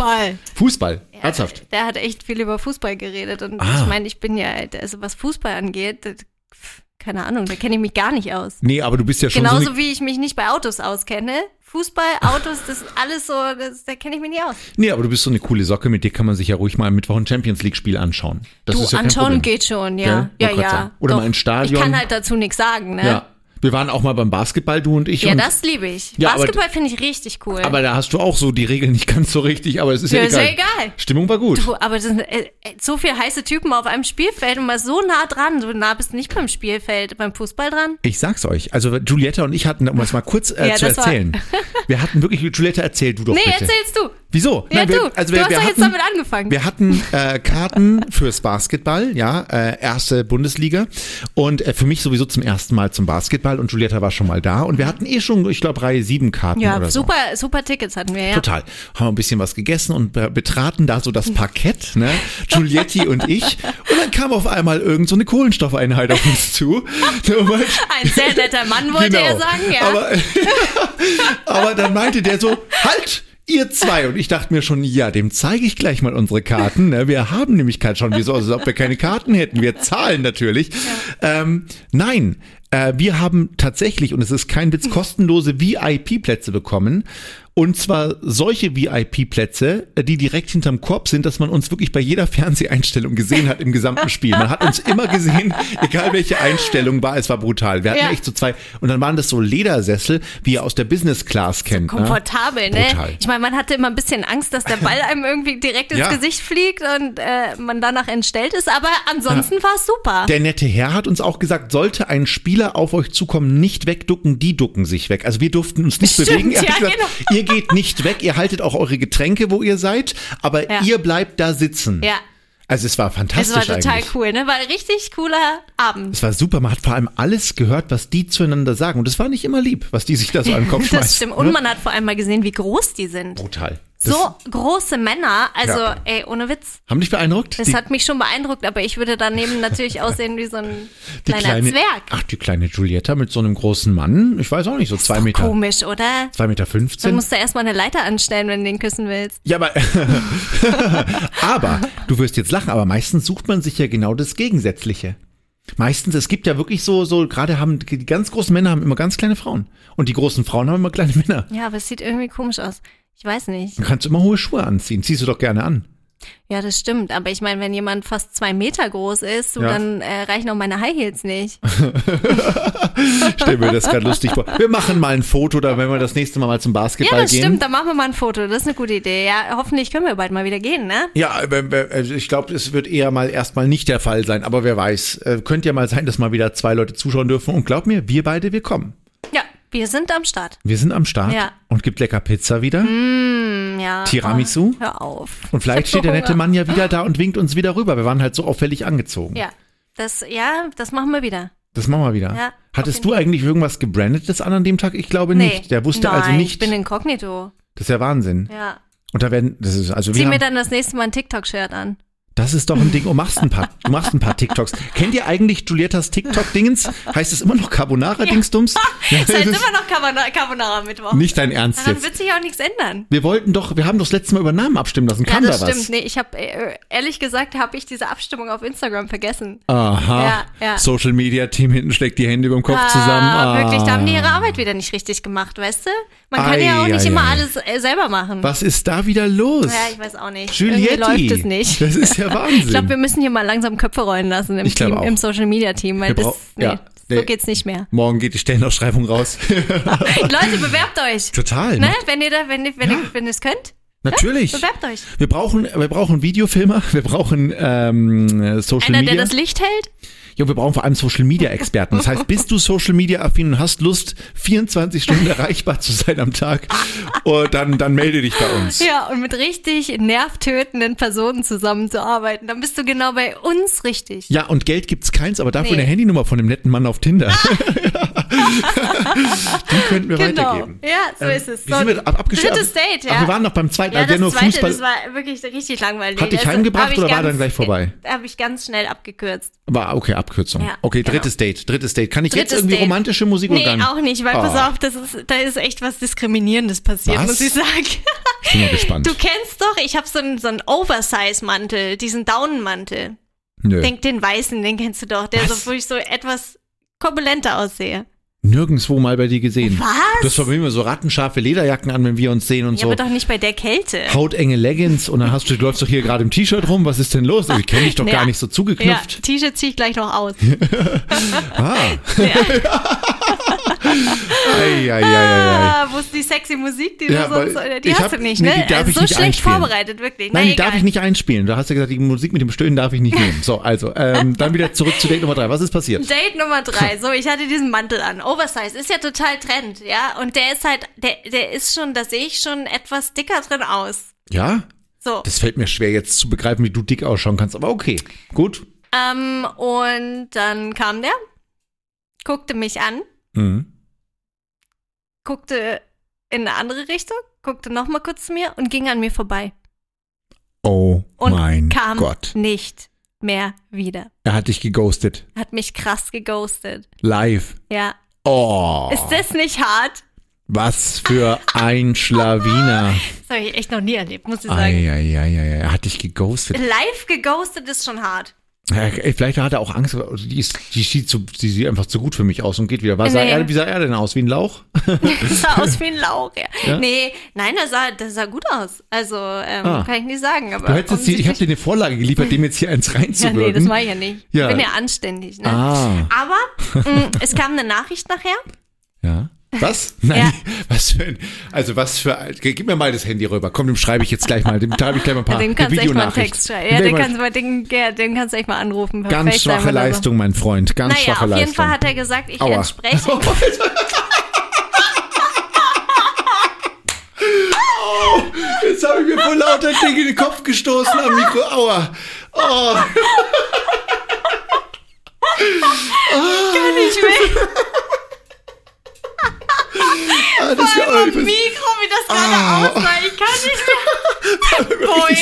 [SPEAKER 2] Fußball. Ernsthaft.
[SPEAKER 3] Der hat echt viel über Fußball geredet und
[SPEAKER 2] Ah.
[SPEAKER 3] ich meine, ich bin ja, also was Fußball angeht, das- pf, keine Ahnung, da kenne ich mich gar nicht aus.
[SPEAKER 2] Nee, aber du bist ja schon so
[SPEAKER 3] Genauso
[SPEAKER 2] eine,
[SPEAKER 3] wie ich mich nicht bei Autos auskenne. Fußball, Autos, das ist alles so, das, da kenne ich mich nicht aus.
[SPEAKER 2] Nee, aber du bist so eine coole Socke, mit dir kann man sich ja ruhig mal am Mittwoch ein Champions League Spiel anschauen. Das
[SPEAKER 3] du,
[SPEAKER 2] ist ja kein
[SPEAKER 3] anschauen
[SPEAKER 2] Problem.
[SPEAKER 3] geht schon, ja.
[SPEAKER 2] Gell? Wollte
[SPEAKER 3] Ja,
[SPEAKER 2] grad
[SPEAKER 3] ja.
[SPEAKER 2] sagen. Oder mal
[SPEAKER 3] Doch.
[SPEAKER 2] ins Stadion.
[SPEAKER 3] Ich kann halt dazu nichts sagen, ne?
[SPEAKER 2] Ja. Wir waren auch mal beim Basketball, du und ich.
[SPEAKER 3] Ja,
[SPEAKER 2] und
[SPEAKER 3] das liebe ich.
[SPEAKER 2] Ja, aber-
[SPEAKER 3] Basketball finde ich richtig cool.
[SPEAKER 2] Aber da hast du auch so die Regeln nicht ganz so richtig, aber es ist ja,
[SPEAKER 3] Ja, ist
[SPEAKER 2] egal.
[SPEAKER 3] ja egal.
[SPEAKER 2] Stimmung war gut.
[SPEAKER 3] Du, aber das sind äh, äh, so viele heiße Typen auf einem Spielfeld und mal so nah dran. So nah bist du nicht beim Spielfeld, beim Fußball dran.
[SPEAKER 2] Ich sag's euch. Also Julietta und ich hatten, um das mal kurz äh,
[SPEAKER 3] Ja,
[SPEAKER 2] zu
[SPEAKER 3] das war-
[SPEAKER 2] erzählen. Wir hatten wirklich, Julietta, erzähl du doch
[SPEAKER 3] Nee,
[SPEAKER 2] bitte.
[SPEAKER 3] erzählst du.
[SPEAKER 2] Wieso? wir,
[SPEAKER 3] Ja, du. Du hast doch jetzt damit angefangen.
[SPEAKER 2] Wir hatten äh, Karten fürs Basketball, ja, äh, erste Bundesliga und äh, für mich sowieso zum ersten Mal zum Basketball und Julietta war schon mal da und wir hatten eh schon, ich glaube, Reihe sieben Karten
[SPEAKER 3] Ja,
[SPEAKER 2] oder so.
[SPEAKER 3] super, super Tickets hatten wir, ja.
[SPEAKER 2] Total. Haben ein bisschen was gegessen und be- betraten da so das Parkett, ne? Giulietti und ich. Und dann kam auf einmal irgend so eine Kohlenstoffeinheit auf uns zu. Der meint-
[SPEAKER 3] Ein sehr netter Mann, wollte er sagen, ja.
[SPEAKER 2] Genau. Aber, aber dann meinte der so, halt! Ihr zwei. Und ich dachte mir schon, ja, dem zeige ich gleich mal unsere Karten. ne? Wir haben nämlich gerade schon, wie so, als ob wir keine Karten hätten. Wir zahlen natürlich. Ähm, nein, äh, wir haben tatsächlich, und es ist kein Witz, kostenlose VIP-Plätze bekommen. Und zwar solche VIP-Plätze, äh, die direkt hinterm Korb sind, dass man uns wirklich bei jeder Fernseheinstellung gesehen hat im gesamten Spiel. Man hat uns immer gesehen, egal welche Einstellung war, es war brutal. Wir hatten
[SPEAKER 3] Ja.
[SPEAKER 2] echt so zwei. Und dann waren das so Ledersessel, wie ihr aus der Business Class kennt.
[SPEAKER 3] Komfortabel,
[SPEAKER 2] ne?
[SPEAKER 3] ne?
[SPEAKER 2] Brutal.
[SPEAKER 3] Ich meine, man hatte immer ein bisschen Angst, dass der Ball einem irgendwie direkt ins
[SPEAKER 2] Ja.
[SPEAKER 3] Gesicht fliegt und äh, man danach entstellt ist, aber ansonsten war es super.
[SPEAKER 2] Der nette Herr hat uns auch gesagt, sollte ein Spieler auf euch zukommen, nicht wegducken, die ducken sich weg. Also wir durften uns nicht
[SPEAKER 3] Stimmt,
[SPEAKER 2] bewegen. Er
[SPEAKER 3] ja,
[SPEAKER 2] hat
[SPEAKER 3] genau.
[SPEAKER 2] Ihr geht nicht weg, ihr haltet auch eure Getränke, wo ihr seid, aber
[SPEAKER 3] Ja.
[SPEAKER 2] ihr bleibt da sitzen.
[SPEAKER 3] Ja.
[SPEAKER 2] Also es war
[SPEAKER 3] Es
[SPEAKER 2] fantastisch
[SPEAKER 3] war total
[SPEAKER 2] eigentlich.
[SPEAKER 3] cool, ne? War ein richtig cooler Abend.
[SPEAKER 2] Es war super, man hat vor allem alles gehört, was die zueinander sagen. Und es war nicht immer lieb, was die sich da so an den Kopf schmeißen.
[SPEAKER 3] Das stimmt. Und man hat vor allem mal gesehen, wie groß die sind.
[SPEAKER 2] Brutal. ne? Oh, Das
[SPEAKER 3] So große Männer, also
[SPEAKER 2] Ja.
[SPEAKER 3] ey, ohne Witz.
[SPEAKER 2] Haben dich beeindruckt?
[SPEAKER 3] Das
[SPEAKER 2] Die-
[SPEAKER 3] hat mich schon beeindruckt, aber ich würde daneben natürlich aussehen wie so ein
[SPEAKER 2] die
[SPEAKER 3] kleiner Zwerg.
[SPEAKER 2] Ach, die kleine Giulietta mit so einem großen Mann. Ich weiß auch nicht, so zwei Meter.
[SPEAKER 3] Komisch, oder?
[SPEAKER 2] Zwei Meter
[SPEAKER 3] Du
[SPEAKER 2] fünfzehn.
[SPEAKER 3] musst da erstmal eine Leiter anstellen, wenn du den küssen willst.
[SPEAKER 2] Ja, aber, aber, du wirst jetzt lachen, aber meistens sucht man sich ja genau das Gegensätzliche. Meistens, es gibt ja wirklich so, so, gerade haben, die ganz großen Männer haben immer ganz kleine Frauen. Und die großen Frauen haben immer kleine Männer.
[SPEAKER 3] Ja, aber es sieht irgendwie komisch aus. Ich weiß nicht.
[SPEAKER 2] Du kannst immer hohe Schuhe anziehen, ziehst du doch gerne an.
[SPEAKER 3] Ja, das stimmt. Aber ich meine, wenn jemand fast zwei Meter groß ist, so,
[SPEAKER 2] Ja.
[SPEAKER 3] dann äh, reichen auch meine High Heels nicht.
[SPEAKER 2] Stell mir das gerade lustig vor. Wir machen mal ein Foto, da wenn wir das nächste Mal mal zum
[SPEAKER 3] Ja,
[SPEAKER 2] Basketball
[SPEAKER 3] das
[SPEAKER 2] gehen.
[SPEAKER 3] stimmt. Dann machen wir mal ein Foto. Das ist eine gute Idee. Ja, hoffentlich können wir bald mal wieder gehen, ne?
[SPEAKER 2] Ja, aber, aber, also ich glaube, es wird eher mal erstmal nicht der Fall sein, aber wer weiß. Äh, Könnte ja mal sein, dass mal wieder zwei Leute zuschauen dürfen. Und glaub mir, wir beide, wir kommen.
[SPEAKER 3] Ja, wir sind am Start.
[SPEAKER 2] Wir sind am Start
[SPEAKER 3] Ja.
[SPEAKER 2] und gibt lecker Pizza wieder.
[SPEAKER 3] Hm, Ja.
[SPEAKER 2] Tiramisu?
[SPEAKER 3] Oh, hör
[SPEAKER 2] Und
[SPEAKER 3] auf. Ich hab
[SPEAKER 2] vielleicht
[SPEAKER 3] so
[SPEAKER 2] steht der nette
[SPEAKER 3] Hunger.
[SPEAKER 2] Mann ja wieder da und winkt uns wieder rüber. Wir waren halt so auffällig angezogen.
[SPEAKER 3] Ja, das, ja, das machen wir wieder.
[SPEAKER 2] Das machen wir wieder.
[SPEAKER 3] Ja,
[SPEAKER 2] Hattest
[SPEAKER 3] auf
[SPEAKER 2] du eigentlich irgendwas gebrandetes an an dem Tag? Ich glaube
[SPEAKER 3] Nee.
[SPEAKER 2] nicht. Der wusste also
[SPEAKER 3] Nein,
[SPEAKER 2] nicht.
[SPEAKER 3] Ich bin inkognito.
[SPEAKER 2] das ist ja Wahnsinn.
[SPEAKER 3] Ja.
[SPEAKER 2] Und da werden, das ist, also
[SPEAKER 3] Zieh
[SPEAKER 2] wir
[SPEAKER 3] mir
[SPEAKER 2] haben,
[SPEAKER 3] dann das nächste Mal ein TikTok-Shirt an.
[SPEAKER 2] das ist doch ein Ding. Oh, machst ein paar, du machst ein paar TikToks. Kennt ihr eigentlich Julietas TikTok-Dingens? Heißt es immer noch Carbonara-Dingsdums?
[SPEAKER 3] Ist halt immer noch Carbona- Carbonara-Mittwoch.
[SPEAKER 2] nicht dein Ernst
[SPEAKER 3] Daran
[SPEAKER 2] jetzt.
[SPEAKER 3] wird sich auch nichts ändern.
[SPEAKER 2] Wir wollten doch, wir haben doch das letzte Mal über Namen abstimmen lassen. Kam
[SPEAKER 3] ja, das
[SPEAKER 2] da was?
[SPEAKER 3] stimmt. Nee, ich habe ehrlich gesagt, habe ich diese Abstimmung auf Instagram vergessen.
[SPEAKER 2] Aha.
[SPEAKER 3] Ja, ja.
[SPEAKER 2] Social Media Team hinten schlägt die Hände über dem Kopf zusammen.
[SPEAKER 3] Ah,
[SPEAKER 2] Ah.
[SPEAKER 3] Wirklich, da haben die ihre Arbeit wieder nicht richtig gemacht, weißt du? Man kann ja auch
[SPEAKER 2] Ei,
[SPEAKER 3] nicht
[SPEAKER 2] ei,
[SPEAKER 3] immer
[SPEAKER 2] ei.
[SPEAKER 3] alles äh, selber machen.
[SPEAKER 2] Was ist da wieder los?
[SPEAKER 3] Ja, ich weiß auch nicht.
[SPEAKER 2] Giulietti.
[SPEAKER 3] Irgendwie läuft es nicht.
[SPEAKER 2] Das ist ja Wahnsinn.
[SPEAKER 3] Ich glaube, wir müssen hier mal langsam Köpfe rollen lassen im
[SPEAKER 2] Ich glaube
[SPEAKER 3] Team,
[SPEAKER 2] auch.
[SPEAKER 3] im Social Media Team, weil
[SPEAKER 2] Wir
[SPEAKER 3] das,
[SPEAKER 2] brau-
[SPEAKER 3] nee,
[SPEAKER 2] ja, nee.
[SPEAKER 3] so geht's nicht mehr.
[SPEAKER 2] Morgen geht die Stellenausschreibung raus.
[SPEAKER 3] Leute, bewerbt euch.
[SPEAKER 2] Total.
[SPEAKER 3] Ne?
[SPEAKER 2] macht-
[SPEAKER 3] Wenn ihr da, wenn ihr, wenn ihr, wenn ihr es könnt,
[SPEAKER 2] Natürlich.
[SPEAKER 3] bewerbt euch.
[SPEAKER 2] Wir brauchen, wir brauchen Videofilmer, wir brauchen ähm, äh, Social
[SPEAKER 3] Einer,
[SPEAKER 2] Media.
[SPEAKER 3] der das Licht hält?
[SPEAKER 2] ja, wir brauchen vor allem Social Media Experten. Das heißt, bist du Social Media affin und hast Lust, 24 Stunden erreichbar zu sein am Tag, oh, dann, dann melde dich bei uns.
[SPEAKER 3] Ja, und mit richtig nervtötenden Personen zusammenzuarbeiten. Dann bist du genau bei uns richtig.
[SPEAKER 2] Ja, und Geld gibt's keins, aber dafür
[SPEAKER 3] Nee.
[SPEAKER 2] eine Handynummer von dem netten Mann auf Tinder. Die könnten wir
[SPEAKER 3] genau.
[SPEAKER 2] weitergeben.
[SPEAKER 3] Ja, so
[SPEAKER 2] Ähm,
[SPEAKER 3] ist es.
[SPEAKER 2] Wie
[SPEAKER 3] So,
[SPEAKER 2] sind wir ab, abgeschlossen?
[SPEAKER 3] drittes Date, ja.
[SPEAKER 2] Ach, wir waren noch beim zweiten,
[SPEAKER 3] ja,
[SPEAKER 2] also der
[SPEAKER 3] das
[SPEAKER 2] nur
[SPEAKER 3] zweite,
[SPEAKER 2] Fußball.
[SPEAKER 3] das war wirklich richtig langweilig.
[SPEAKER 2] Hat dich
[SPEAKER 3] Also,
[SPEAKER 2] heimgebracht
[SPEAKER 3] hab ich
[SPEAKER 2] oder war
[SPEAKER 3] ganz-
[SPEAKER 2] dann gleich vorbei?
[SPEAKER 3] äh, Hab ich ganz schnell abgekürzt.
[SPEAKER 2] War okay, Abkürzung.
[SPEAKER 3] Ja,
[SPEAKER 2] okay,
[SPEAKER 3] genau.
[SPEAKER 2] drittes Date, drittes Date. Kann ich jetzt
[SPEAKER 3] Drittes
[SPEAKER 2] irgendwie
[SPEAKER 3] Date.
[SPEAKER 2] romantische Musik
[SPEAKER 3] Nee,
[SPEAKER 2] und dann?
[SPEAKER 3] auch nicht, weil
[SPEAKER 2] Ah.
[SPEAKER 3] pass auf, das ist, da ist echt was Diskriminierendes passiert,
[SPEAKER 2] Was?
[SPEAKER 3] muss ich sagen.
[SPEAKER 2] Ich bin mal gespannt.
[SPEAKER 3] Du kennst doch, ich habe so einen, so einen Oversize-Mantel, diesen Daunenmantel.
[SPEAKER 2] Nö.
[SPEAKER 3] Denk den weißen, den kennst du doch, der
[SPEAKER 2] Was?
[SPEAKER 3] so, wo ich so etwas korpulenter aussehe.
[SPEAKER 2] Nirgendwo mal bei dir gesehen.
[SPEAKER 3] Was?
[SPEAKER 2] Hm. Du hast bei mir immer so rattenscharfe Lederjacken an, wenn wir uns sehen und
[SPEAKER 3] Ja,
[SPEAKER 2] so.
[SPEAKER 3] aber doch nicht bei der Kälte.
[SPEAKER 2] Hautenge Leggings und dann hast du, du läufst doch hier gerade im T-Shirt rum. Was ist denn los? Ich kenne dich doch
[SPEAKER 3] Ja.
[SPEAKER 2] gar nicht so zugeknüpft.
[SPEAKER 3] Ja, T-Shirt zieh ich gleich noch aus.
[SPEAKER 2] Ah. ei, ei, ei, ei, ei.
[SPEAKER 3] Ah, wo ist die sexy Musik, die
[SPEAKER 2] Ja,
[SPEAKER 3] du sonst,
[SPEAKER 2] weil
[SPEAKER 3] die
[SPEAKER 2] ich
[SPEAKER 3] hast
[SPEAKER 2] hab-
[SPEAKER 3] du nicht,
[SPEAKER 2] nee,
[SPEAKER 3] ne?
[SPEAKER 2] die darf
[SPEAKER 3] Also
[SPEAKER 2] ich
[SPEAKER 3] so
[SPEAKER 2] nicht
[SPEAKER 3] schlecht
[SPEAKER 2] einspielen.
[SPEAKER 3] vorbereitet, wirklich.
[SPEAKER 2] Nein,
[SPEAKER 3] Na,
[SPEAKER 2] die darf
[SPEAKER 3] egal.
[SPEAKER 2] ich nicht einspielen. Du hast ja gesagt, die Musik mit dem Stöhnen darf ich nicht nehmen. So, also, ähm, dann wieder zurück zu Date Nummer drei. Was ist passiert?
[SPEAKER 3] Date Nummer drei. So, ich hatte diesen Mantel an. Oversize ist ja total Trend, ja. Und der ist halt, der, der ist schon, da sehe ich schon etwas dicker drin aus.
[SPEAKER 2] Ja?
[SPEAKER 3] So.
[SPEAKER 2] Das fällt mir schwer jetzt zu begreifen, wie du dick ausschauen kannst. Aber okay, gut.
[SPEAKER 3] Ähm, und dann kam der, guckte mich an,
[SPEAKER 2] Mhm.
[SPEAKER 3] guckte in eine andere Richtung, guckte nochmal kurz zu mir und ging an mir vorbei.
[SPEAKER 2] Oh
[SPEAKER 3] Und
[SPEAKER 2] mein
[SPEAKER 3] kam
[SPEAKER 2] Gott.
[SPEAKER 3] nicht mehr wieder.
[SPEAKER 2] Er hat dich geghostet.
[SPEAKER 3] Hat mich krass geghostet.
[SPEAKER 2] Live.
[SPEAKER 3] Ja.
[SPEAKER 2] Oh,
[SPEAKER 3] Ist das nicht hart?
[SPEAKER 2] was für ein Schlawiner.
[SPEAKER 3] Das habe ich echt noch nie erlebt, muss ich sagen.
[SPEAKER 2] Eieieiei, er hat dich geghostet.
[SPEAKER 3] Live geghostet ist schon hart.
[SPEAKER 2] Ja, ey, vielleicht hat er auch Angst, also die, ist, die, sieht zu, die sieht einfach zu gut für mich aus und geht wieder. Was sah
[SPEAKER 3] Äh, Nee.
[SPEAKER 2] er, wie sah er denn aus? Wie ein Lauch?
[SPEAKER 3] sah aus wie ein Lauch, ja.
[SPEAKER 2] Ja?
[SPEAKER 3] Nee, nein, das sah, das sah gut aus. Also, ähm,
[SPEAKER 2] Ah.
[SPEAKER 3] kann ich nicht sagen. Aber
[SPEAKER 2] Du hättest jetzt die, ich habe dir eine Vorlage geliefert, dem jetzt hier eins
[SPEAKER 3] ja, nee,
[SPEAKER 2] reinzuwürgen.
[SPEAKER 3] das war ich ja nicht.
[SPEAKER 2] Ja.
[SPEAKER 3] Ich bin ja anständig. Ne?
[SPEAKER 2] Ah.
[SPEAKER 3] Aber mh, es kam eine Nachricht nachher.
[SPEAKER 2] ja. Was? Nein. Was für ein, also was für ein, gib mir mal das Handy rüber. Komm, dem schreibe ich jetzt gleich mal, dem schreibe ich gleich mal ein paar
[SPEAKER 3] dem
[SPEAKER 2] Ah, eine
[SPEAKER 3] kannst du echt mal einen
[SPEAKER 2] Videonachricht.
[SPEAKER 3] Text schreiben. Ja,
[SPEAKER 2] Gib mir
[SPEAKER 3] den
[SPEAKER 2] mal-
[SPEAKER 3] kannst, du mal, den, ja, den kannst du echt mal anrufen. per
[SPEAKER 2] ganz
[SPEAKER 3] FaceTime
[SPEAKER 2] schwache
[SPEAKER 3] oder so.
[SPEAKER 2] Leistung, mein Freund. Ganz
[SPEAKER 3] Naja,
[SPEAKER 2] schwache
[SPEAKER 3] auf jeden
[SPEAKER 2] Leistung.
[SPEAKER 3] Fall hat er gesagt, ich
[SPEAKER 2] Aua.
[SPEAKER 3] entspreche.
[SPEAKER 2] Jetzt habe ich mir vor lauter Dinge den Kopf gestoßen am Mikro. Aua. Oh, Oh,
[SPEAKER 3] Kann ich mehr.
[SPEAKER 2] ah, das
[SPEAKER 3] Vor allem am
[SPEAKER 2] wäre
[SPEAKER 3] Mikro, Oh, wie das
[SPEAKER 2] Ah.
[SPEAKER 3] gerade aussah. Ich kann nicht mehr. Boing.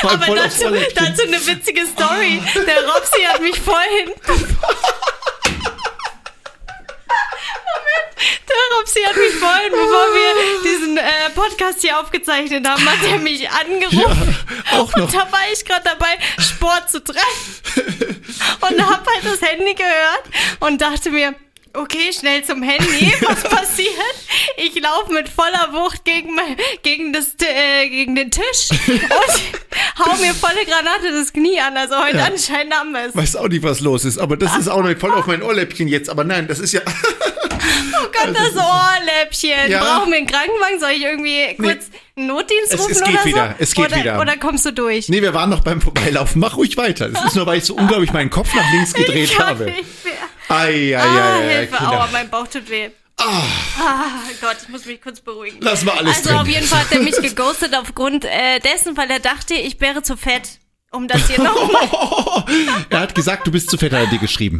[SPEAKER 2] Vor allem
[SPEAKER 3] Aber
[SPEAKER 2] voll aufs
[SPEAKER 3] dazu,
[SPEAKER 2] Toilettchen.
[SPEAKER 3] dazu eine witzige Story. Der Roxy hat mich vorhin. Moment. Der Roxy hat mich vorhin, bevor wir diesen äh, Podcast hier aufgezeichnet haben, hat er mich angerufen.
[SPEAKER 2] Ja, auch noch.
[SPEAKER 3] Und da war ich gerade dabei, Sport zu treiben. Und hab halt das Handy gehört und dachte mir, okay, schnell zum Handy, was passiert? Ich laufe mit voller Wucht gegen, mein- gegen, das, T- äh, gegen den Tisch und hau mir volle Granate das Knie an. Also heute
[SPEAKER 2] Ja.
[SPEAKER 3] anscheinend haben wir es.
[SPEAKER 2] Weiß auch nicht, was los ist, aber das ist auch noch voll auf mein Ohrläppchen jetzt. Aber nein, das ist ja.
[SPEAKER 3] Oh Gott, das Ohrläppchen.
[SPEAKER 2] Ja.
[SPEAKER 3] Brauchen wir einen Krankenwagen? Soll ich irgendwie kurz einen Notdienst
[SPEAKER 2] Es-
[SPEAKER 3] rufen
[SPEAKER 2] es geht
[SPEAKER 3] oder
[SPEAKER 2] wieder,
[SPEAKER 3] so?
[SPEAKER 2] es geht
[SPEAKER 3] oder,
[SPEAKER 2] wieder.
[SPEAKER 3] Oder kommst du durch?
[SPEAKER 2] Nee, wir waren noch beim Vorbeilaufen. Mach ruhig weiter. Es ist nur, weil ich so unglaublich meinen Kopf nach links gedreht
[SPEAKER 3] ich kann
[SPEAKER 2] habe.
[SPEAKER 3] nicht mehr.
[SPEAKER 2] Ei, ei, ei,
[SPEAKER 3] Ah,
[SPEAKER 2] ei,
[SPEAKER 3] Hilfe, aua,
[SPEAKER 2] Kinder.
[SPEAKER 3] mein Bauch tut weh. Ah, Gott, ich muss mich kurz beruhigen.
[SPEAKER 2] Lass mal alles
[SPEAKER 3] Also
[SPEAKER 2] drin.
[SPEAKER 3] auf jeden Fall hat er mich geghostet aufgrund äh, dessen, weil er dachte, ich wäre zu fett, um das hier nochmal.
[SPEAKER 2] Er hat gesagt, du bist zu fett, hat er dir geschrieben.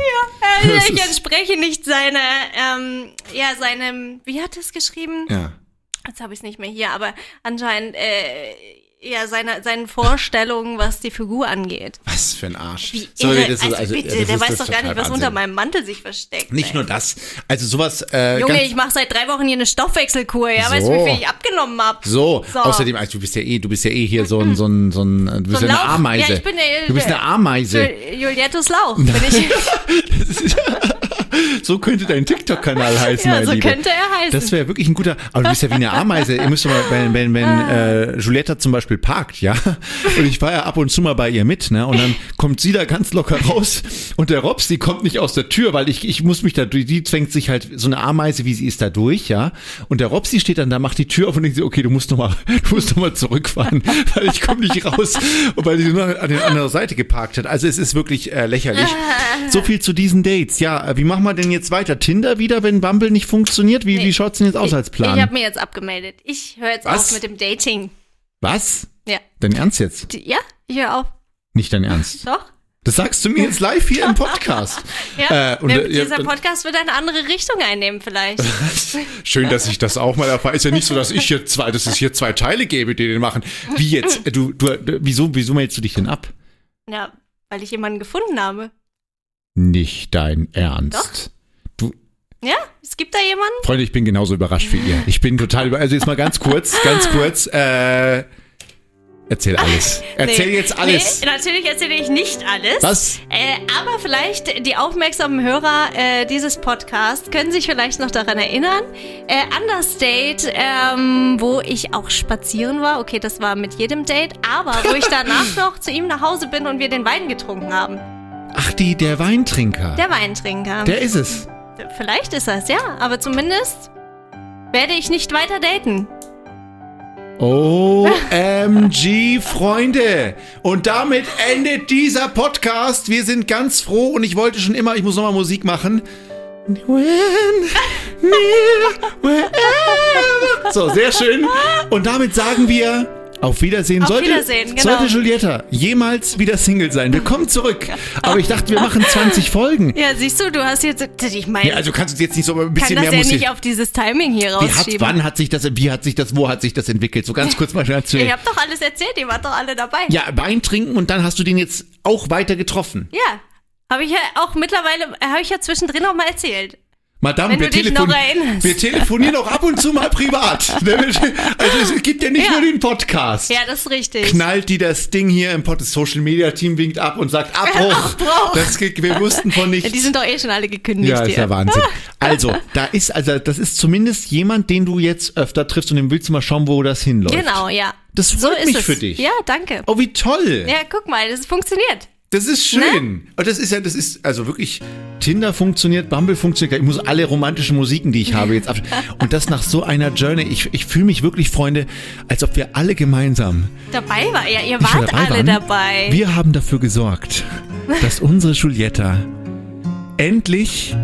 [SPEAKER 3] Äh,
[SPEAKER 2] Das
[SPEAKER 3] ich
[SPEAKER 2] ist-
[SPEAKER 3] entspreche nicht seiner, ähm, ja, seinem, wie hat er es geschrieben?
[SPEAKER 2] Ja.
[SPEAKER 3] Jetzt habe ich es nicht mehr hier, aber anscheinend, äh, ja, seiner, seinen Vorstellungen, was die Figur angeht.
[SPEAKER 2] Was für ein Arsch.
[SPEAKER 3] Wie
[SPEAKER 2] Sorry,
[SPEAKER 3] irre.
[SPEAKER 2] das ist,
[SPEAKER 3] also,
[SPEAKER 2] also,
[SPEAKER 3] bitte,
[SPEAKER 2] das
[SPEAKER 3] der
[SPEAKER 2] ist-
[SPEAKER 3] weiß
[SPEAKER 2] das
[SPEAKER 3] doch
[SPEAKER 2] ist
[SPEAKER 3] gar nicht,
[SPEAKER 2] total
[SPEAKER 3] was unter
[SPEAKER 2] Wahnsinn.
[SPEAKER 3] meinem Mantel sich versteckt.
[SPEAKER 2] Nicht
[SPEAKER 3] ey.
[SPEAKER 2] nur das. Also sowas. Äh,
[SPEAKER 3] Junge,
[SPEAKER 2] ganz-
[SPEAKER 3] ich mache seit drei Wochen hier eine Stoffwechselkur, ja, weißt
[SPEAKER 2] So.
[SPEAKER 3] du, wie viel ich abgenommen hab?
[SPEAKER 2] So.
[SPEAKER 3] So.
[SPEAKER 2] außerdem, also, du bist ja eh, du bist ja eh hier so ein, so ein, so ein, du bist
[SPEAKER 3] So ein
[SPEAKER 2] ja eine
[SPEAKER 3] Lauch.
[SPEAKER 2] Ameise.
[SPEAKER 3] Ja, ich bin ja-
[SPEAKER 2] du bist eine Ameise.
[SPEAKER 3] Jul- Juliettus Lauch, bin ich.
[SPEAKER 2] So könnte dein TikTok-Kanal heißen,
[SPEAKER 3] Ja,
[SPEAKER 2] mein
[SPEAKER 3] so
[SPEAKER 2] Lieber.
[SPEAKER 3] könnte er heißen.
[SPEAKER 2] Das wäre wirklich ein guter. Aber du bist ja wie eine Ameise. Ihr müsst doch mal, wenn, wenn, wenn
[SPEAKER 3] Ah.
[SPEAKER 2] äh, Julietta zum Beispiel parkt, ja. Und ich fahre ja ab und zu mal bei ihr mit, ne? Und dann kommt sie da ganz locker raus und der Rops, die kommt nicht aus der Tür, weil ich, ich muss mich da durch, die zwängt sich halt, so eine Ameise, wie sie ist, da durch, ja. Und der Rops, die steht dann da, macht die Tür auf und denkt sich, okay, du musst nochmal, du musst noch mal zurückfahren, weil ich komme nicht raus. Und weil sie nur an der anderen Seite geparkt hat. Also es ist wirklich äh, lächerlich. So viel zu diesen Dates. Ja, äh, wie machen wir denn jetzt weiter? Tinder wieder, wenn Bumble nicht funktioniert? Wie, wie schaut's denn jetzt aus als Plan?
[SPEAKER 3] Ich habe mir jetzt abgemeldet. Ich höre jetzt
[SPEAKER 2] Was?
[SPEAKER 3] auf mit dem Dating.
[SPEAKER 2] Was?
[SPEAKER 3] Ja.
[SPEAKER 2] Dein Ernst jetzt?
[SPEAKER 3] Die- Ja, ich höre auf.
[SPEAKER 2] Nicht dein Ernst.
[SPEAKER 3] Doch.
[SPEAKER 2] Das sagst du mir jetzt live hier im Podcast.
[SPEAKER 3] Ja.
[SPEAKER 2] Äh, und,
[SPEAKER 3] Wenn-
[SPEAKER 2] äh, ja,
[SPEAKER 3] dieser
[SPEAKER 2] und-
[SPEAKER 3] Podcast wird eine andere Richtung einnehmen, vielleicht.
[SPEAKER 2] Schön, dass ich das auch mal erfahre. Ist ja nicht so, dass ich hier zwei, dass es hier zwei Teile gäbe, die den machen. Wie jetzt? Äh, Du, du, wieso, wieso meldest du dich denn ab?
[SPEAKER 3] ja, weil ich jemanden gefunden habe.
[SPEAKER 2] Nicht dein Ernst. Du,
[SPEAKER 3] Ja, es gibt da jemanden.
[SPEAKER 2] Freunde, ich bin genauso überrascht wie ihr. Ich bin total über. Also jetzt mal ganz kurz, ganz kurz. Äh, erzähl alles. Erzähl
[SPEAKER 3] Nee.
[SPEAKER 2] jetzt alles.
[SPEAKER 3] Nee, natürlich erzähle ich nicht alles.
[SPEAKER 2] Was?
[SPEAKER 3] Äh, aber vielleicht die aufmerksamen Hörer äh, dieses Podcasts können sich vielleicht noch daran erinnern. Äh, an das Date, ähm, wo ich auch spazieren war. Okay, das war mit jedem Date. Aber wo ich danach noch zu ihm nach Hause bin und wir den Wein getrunken haben.
[SPEAKER 2] Ach, die, der Weintrinker.
[SPEAKER 3] Der Weintrinker.
[SPEAKER 2] der ist es.
[SPEAKER 3] vielleicht ist das, ja. Aber zumindest werde ich nicht weiter daten.
[SPEAKER 2] OMG, Freunde! Und damit endet dieser Podcast. Wir sind ganz froh und ich wollte schon immer, ich muss nochmal Musik machen. When, near, wherever. So, sehr schön. Und damit sagen wir auf Wiedersehen.
[SPEAKER 3] Auf
[SPEAKER 2] sollte,
[SPEAKER 3] Wiedersehen, genau.
[SPEAKER 2] sollte Julietta jemals wieder Single sein. Wir kommen zurück. Aber ich dachte, wir machen 20 Folgen.
[SPEAKER 3] Ja, siehst du, du hast jetzt. Ich meine,
[SPEAKER 2] Ja, also kannst du es jetzt nicht so aber ein
[SPEAKER 3] kann
[SPEAKER 2] bisschen
[SPEAKER 3] das
[SPEAKER 2] mehr
[SPEAKER 3] ja
[SPEAKER 2] Musik.
[SPEAKER 3] nicht auf dieses Timing hier
[SPEAKER 2] Wie hat,
[SPEAKER 3] rausschieben.
[SPEAKER 2] wann hat sich das, wie hat sich das, wo hat sich das entwickelt? So ganz kurz mal schnell erzählen.
[SPEAKER 3] ich habe doch alles erzählt, ihr wart doch alle dabei.
[SPEAKER 2] Ja, Wein trinken und dann hast du den jetzt auch weiter getroffen.
[SPEAKER 3] Ja. Habe ich ja auch mittlerweile, habe ich ja zwischendrin auch mal erzählt.
[SPEAKER 2] Madame,
[SPEAKER 3] Wenn
[SPEAKER 2] wir,
[SPEAKER 3] du dich
[SPEAKER 2] telefon
[SPEAKER 3] noch erinnerst.
[SPEAKER 2] wir telefonieren auch ab und zu mal privat. Also es gibt ja nicht
[SPEAKER 3] Ja.
[SPEAKER 2] nur den Podcast.
[SPEAKER 3] Ja, das ist richtig.
[SPEAKER 2] Knallt die das Ding hier im Pod. Das Social Media Team winkt ab und sagt Abbruch.
[SPEAKER 3] Abbruch.
[SPEAKER 2] Das, geht- wir wussten von
[SPEAKER 3] Ja,
[SPEAKER 2] nichts.
[SPEAKER 3] die sind doch eh schon alle gekündigt.
[SPEAKER 2] ja, ist ja
[SPEAKER 3] hier.
[SPEAKER 2] Wahnsinn. Also, da ist, also, das ist zumindest jemand, den du jetzt öfter triffst und dem willst du mal schauen, wo das hinläuft.
[SPEAKER 3] Genau, ja.
[SPEAKER 2] Das
[SPEAKER 3] so
[SPEAKER 2] freut
[SPEAKER 3] ist
[SPEAKER 2] mich
[SPEAKER 3] es.
[SPEAKER 2] für dich.
[SPEAKER 3] Ja, danke.
[SPEAKER 2] Oh, wie toll.
[SPEAKER 3] Ja, guck mal, das funktioniert.
[SPEAKER 2] Das ist
[SPEAKER 3] Ne?
[SPEAKER 2] schön. Und das ist ja, das ist also wirklich. Tinder funktioniert, Bumble funktioniert. Ich muss alle romantischen Musiken, die ich habe, jetzt ab. Und das nach so einer Journey. Ich, ich fühle mich wirklich, Freunde, als ob wir alle gemeinsam
[SPEAKER 3] Dabei war ja, ihr
[SPEAKER 2] nicht nur
[SPEAKER 3] wart alle
[SPEAKER 2] waren.
[SPEAKER 3] dabei.
[SPEAKER 2] Wir haben dafür gesorgt, dass unsere Julietta endlich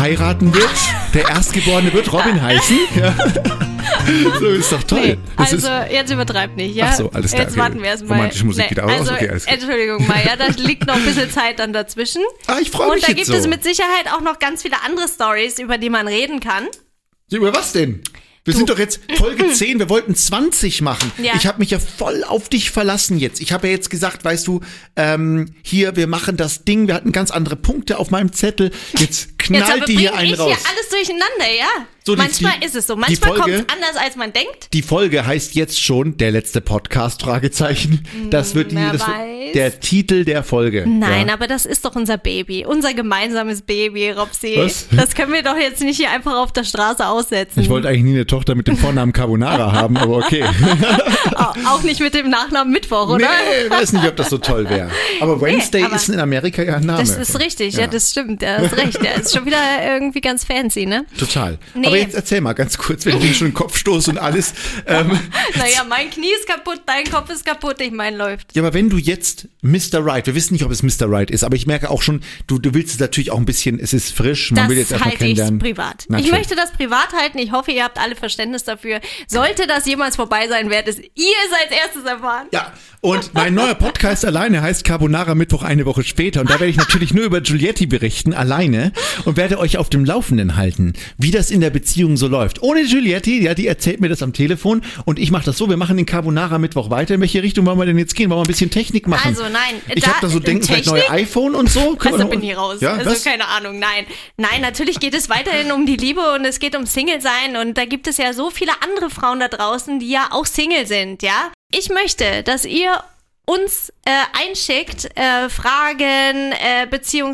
[SPEAKER 2] heiraten wird. Der Erstgeborene wird Robin heißen. Ja. so ist doch toll.
[SPEAKER 3] Nee,
[SPEAKER 2] das
[SPEAKER 3] also
[SPEAKER 2] ist,
[SPEAKER 3] jetzt übertreib nicht, ja?
[SPEAKER 2] Ach so, alles klar,
[SPEAKER 3] Jetzt
[SPEAKER 2] okay.
[SPEAKER 3] warten wir erstmal.
[SPEAKER 2] Romantische Musik geht aus,
[SPEAKER 3] Also,
[SPEAKER 2] okay, alles klar.
[SPEAKER 3] Entschuldigung, Maya, da liegt noch ein bisschen Zeit dann dazwischen.
[SPEAKER 2] Ah, ich freu
[SPEAKER 3] Und
[SPEAKER 2] mich
[SPEAKER 3] da
[SPEAKER 2] jetzt
[SPEAKER 3] gibt
[SPEAKER 2] so.
[SPEAKER 3] es mit Sicherheit auch noch ganz viele andere Stories, über die man reden kann.
[SPEAKER 2] Ja, über was denn? Wir sind doch jetzt Folge 10, wir wollten 20 machen.
[SPEAKER 3] Ja.
[SPEAKER 2] Ich habe mich ja voll auf dich verlassen jetzt. Ich habe ja jetzt gesagt, weißt du, ähm, hier, wir machen das Ding, wir hatten ganz andere Punkte auf meinem Zettel. Jetzt
[SPEAKER 3] Jetzt
[SPEAKER 2] knallt
[SPEAKER 3] aber
[SPEAKER 2] die
[SPEAKER 3] bringe
[SPEAKER 2] hier einen
[SPEAKER 3] ich
[SPEAKER 2] raus.
[SPEAKER 3] hier alles durcheinander, ja?
[SPEAKER 2] So, die-
[SPEAKER 3] manchmal
[SPEAKER 2] die-
[SPEAKER 3] ist es so,
[SPEAKER 2] die
[SPEAKER 3] manchmal kommt
[SPEAKER 2] Folge-
[SPEAKER 3] es anders, als man denkt.
[SPEAKER 2] Die Folge heißt jetzt schon der letzte Podcast Fragezeichen. Das wird die
[SPEAKER 3] Hm, wer
[SPEAKER 2] das
[SPEAKER 3] weiß.
[SPEAKER 2] wird der Titel der Folge.
[SPEAKER 3] Nein,
[SPEAKER 2] ja.
[SPEAKER 3] aber das ist doch unser Baby, unser gemeinsames Baby, Robsi.
[SPEAKER 2] Was?
[SPEAKER 3] Das können wir doch jetzt nicht hier einfach auf der Straße aussetzen.
[SPEAKER 2] Ich wollte eigentlich nie eine Tochter mit dem Vornamen Carbonara haben, aber okay.
[SPEAKER 3] Au- auch nicht mit dem Nachnamen Mittwoch, oder?
[SPEAKER 2] Nee, weiß nicht, ob das so toll wäre. Aber Wednesday
[SPEAKER 3] aber-
[SPEAKER 2] ist in Amerika ja ein Name.
[SPEAKER 3] Das ist richtig, ja,
[SPEAKER 2] Ja.
[SPEAKER 3] das stimmt, ja, das ist recht. Der ist schon wieder irgendwie ganz fancy, ne?
[SPEAKER 2] Total.
[SPEAKER 3] Nee.
[SPEAKER 2] Aber jetzt erzähl mal ganz kurz, wenn du den schon den Kopf stoßt und alles. Ähm,
[SPEAKER 3] Naja, mein Knie ist kaputt, dein Kopf ist kaputt, ich mein läuft.
[SPEAKER 2] ja, aber wenn du jetzt Mr. Right, wir wissen nicht, ob es Mr. Right ist, aber ich merke auch schon, du, du willst es natürlich auch ein bisschen, es ist frisch, man
[SPEAKER 3] Das
[SPEAKER 2] will jetzt erstmal
[SPEAKER 3] halte ich
[SPEAKER 2] kennenlernen.
[SPEAKER 3] privat.
[SPEAKER 2] Na,
[SPEAKER 3] ich
[SPEAKER 2] schön.
[SPEAKER 3] möchte das privat halten. Ich hoffe, ihr habt alle Verständnis dafür. Sollte das jemals vorbei sein, werdet es ihr es als erstes erfahren.
[SPEAKER 2] Ja, und mein neuer Podcast alleine heißt Carbonara Mittwoch eine Woche später. Und da werde ich natürlich nur über Giulietti berichten, alleine. Und werde euch auf dem Laufenden halten, wie das in der Beziehung so läuft. Ohne Giulietti, ja, die erzählt mir das am Telefon. Und ich mache das so, wir machen den Carbonara Mittwoch weiter. In welche Richtung wollen wir denn jetzt gehen? Wollen wir ein bisschen Technik machen?
[SPEAKER 3] Also, nein,
[SPEAKER 2] Ich
[SPEAKER 3] da-
[SPEAKER 2] habe da so denken, vielleicht neue
[SPEAKER 3] Technik?
[SPEAKER 2] iPhone und so. Können wir
[SPEAKER 3] Also
[SPEAKER 2] noch-
[SPEAKER 3] bin ich raus.
[SPEAKER 2] Ja,
[SPEAKER 3] also
[SPEAKER 2] was?
[SPEAKER 3] keine Ahnung, nein. Nein, natürlich geht es weiterhin um die Liebe und es geht um Single sein und da gibt es ja so viele andere Frauen da draußen, die ja auch Single sind, ja? Ich möchte, dass ihr uns äh, einschickt, äh, Fragen, äh,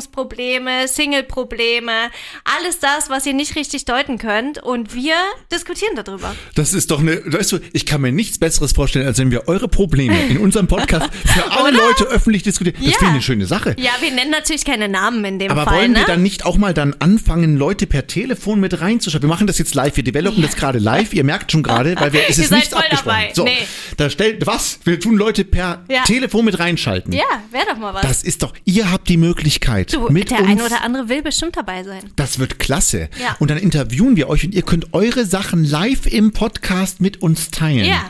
[SPEAKER 3] Beziehungsprobleme, Single-Probleme, alles das, was ihr nicht richtig deuten könnt und wir diskutieren darüber.
[SPEAKER 2] Das ist doch eine, weißt du, ich kann mir nichts Besseres vorstellen, als wenn wir eure Probleme in unserem Podcast für alle Leute öffentlich diskutieren. Das
[SPEAKER 3] Ja.
[SPEAKER 2] finde ich eine schöne Sache.
[SPEAKER 3] Ja, wir nennen natürlich keine Namen in dem
[SPEAKER 2] Aber
[SPEAKER 3] Fall,
[SPEAKER 2] wollen
[SPEAKER 3] ne?
[SPEAKER 2] wir dann nicht auch mal dann anfangen, Leute per Telefon mit reinzuschreiben? Wir machen das jetzt live, wir developen das gerade live. Ihr merkt schon gerade, weil wir, es
[SPEAKER 3] Ihr
[SPEAKER 2] ist
[SPEAKER 3] seid
[SPEAKER 2] nichts
[SPEAKER 3] voll
[SPEAKER 2] abgesprochen.
[SPEAKER 3] dabei.
[SPEAKER 2] So,
[SPEAKER 3] Nee.
[SPEAKER 2] da stellt was? Wir tun Leute per
[SPEAKER 3] Ja.
[SPEAKER 2] Telefon mit reinschalten.
[SPEAKER 3] ja, wäre doch mal was.
[SPEAKER 2] Das ist doch, ihr habt die Möglichkeit
[SPEAKER 3] du,
[SPEAKER 2] mit
[SPEAKER 3] der
[SPEAKER 2] uns.
[SPEAKER 3] ein oder andere will bestimmt dabei sein.
[SPEAKER 2] das wird klasse.
[SPEAKER 3] Ja.
[SPEAKER 2] Und dann interviewen wir euch und ihr könnt eure Sachen live im Podcast mit uns teilen.
[SPEAKER 3] Ja,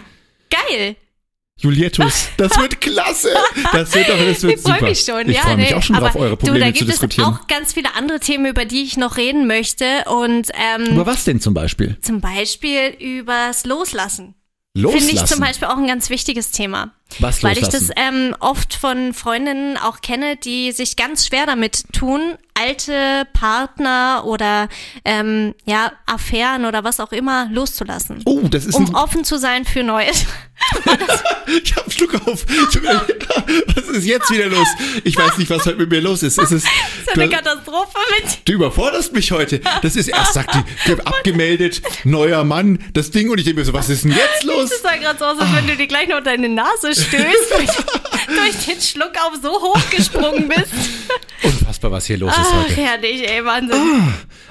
[SPEAKER 3] geil.
[SPEAKER 2] Julietus, das wird klasse. Das wird doch, das wird
[SPEAKER 3] Ich
[SPEAKER 2] super.
[SPEAKER 3] freue mich schon.
[SPEAKER 2] Ich
[SPEAKER 3] ja,
[SPEAKER 2] freue mich
[SPEAKER 3] nee,
[SPEAKER 2] auch schon
[SPEAKER 3] aber
[SPEAKER 2] drauf, eure
[SPEAKER 3] du, da
[SPEAKER 2] Probleme
[SPEAKER 3] gibt
[SPEAKER 2] zu diskutieren.
[SPEAKER 3] Es auch ganz viele andere Themen, über die ich noch reden möchte. Und ähm,
[SPEAKER 2] Über was denn zum Beispiel?
[SPEAKER 3] zum Beispiel übers Loslassen.
[SPEAKER 2] Loslassen.
[SPEAKER 3] Finde ich zum Beispiel auch ein ganz wichtiges Thema.
[SPEAKER 2] Was
[SPEAKER 3] Weil ich
[SPEAKER 2] loslassen?
[SPEAKER 3] das ähm, oft von Freundinnen auch kenne, die sich ganz schwer damit tun, alte Partner oder ähm, ja, Affären oder was auch immer loszulassen.
[SPEAKER 2] Oh, das ist ein
[SPEAKER 3] um offen zu sein für Neues.
[SPEAKER 2] Ich hab einen Schluck auf. Tut mir leid. Was ist jetzt wieder los? Ich weiß nicht, was heute mit mir los ist. Es ist
[SPEAKER 3] Das ist ja eine
[SPEAKER 2] du,
[SPEAKER 3] Katastrophe mit
[SPEAKER 2] du überforderst mich heute. Das ist erst, sagt die, wird abgemeldet, neuer Mann, das Ding. Und ich denke mir so, was ist denn jetzt los?
[SPEAKER 3] Das sah gerade so aus, als wenn du dir gleich noch deine Nase stößt, weil du durch den Schluck auf so hoch gesprungen bist.
[SPEAKER 2] Unfassbar, was hier los ist
[SPEAKER 3] Ach,
[SPEAKER 2] heute.
[SPEAKER 3] herrlich, ey, Wahnsinn.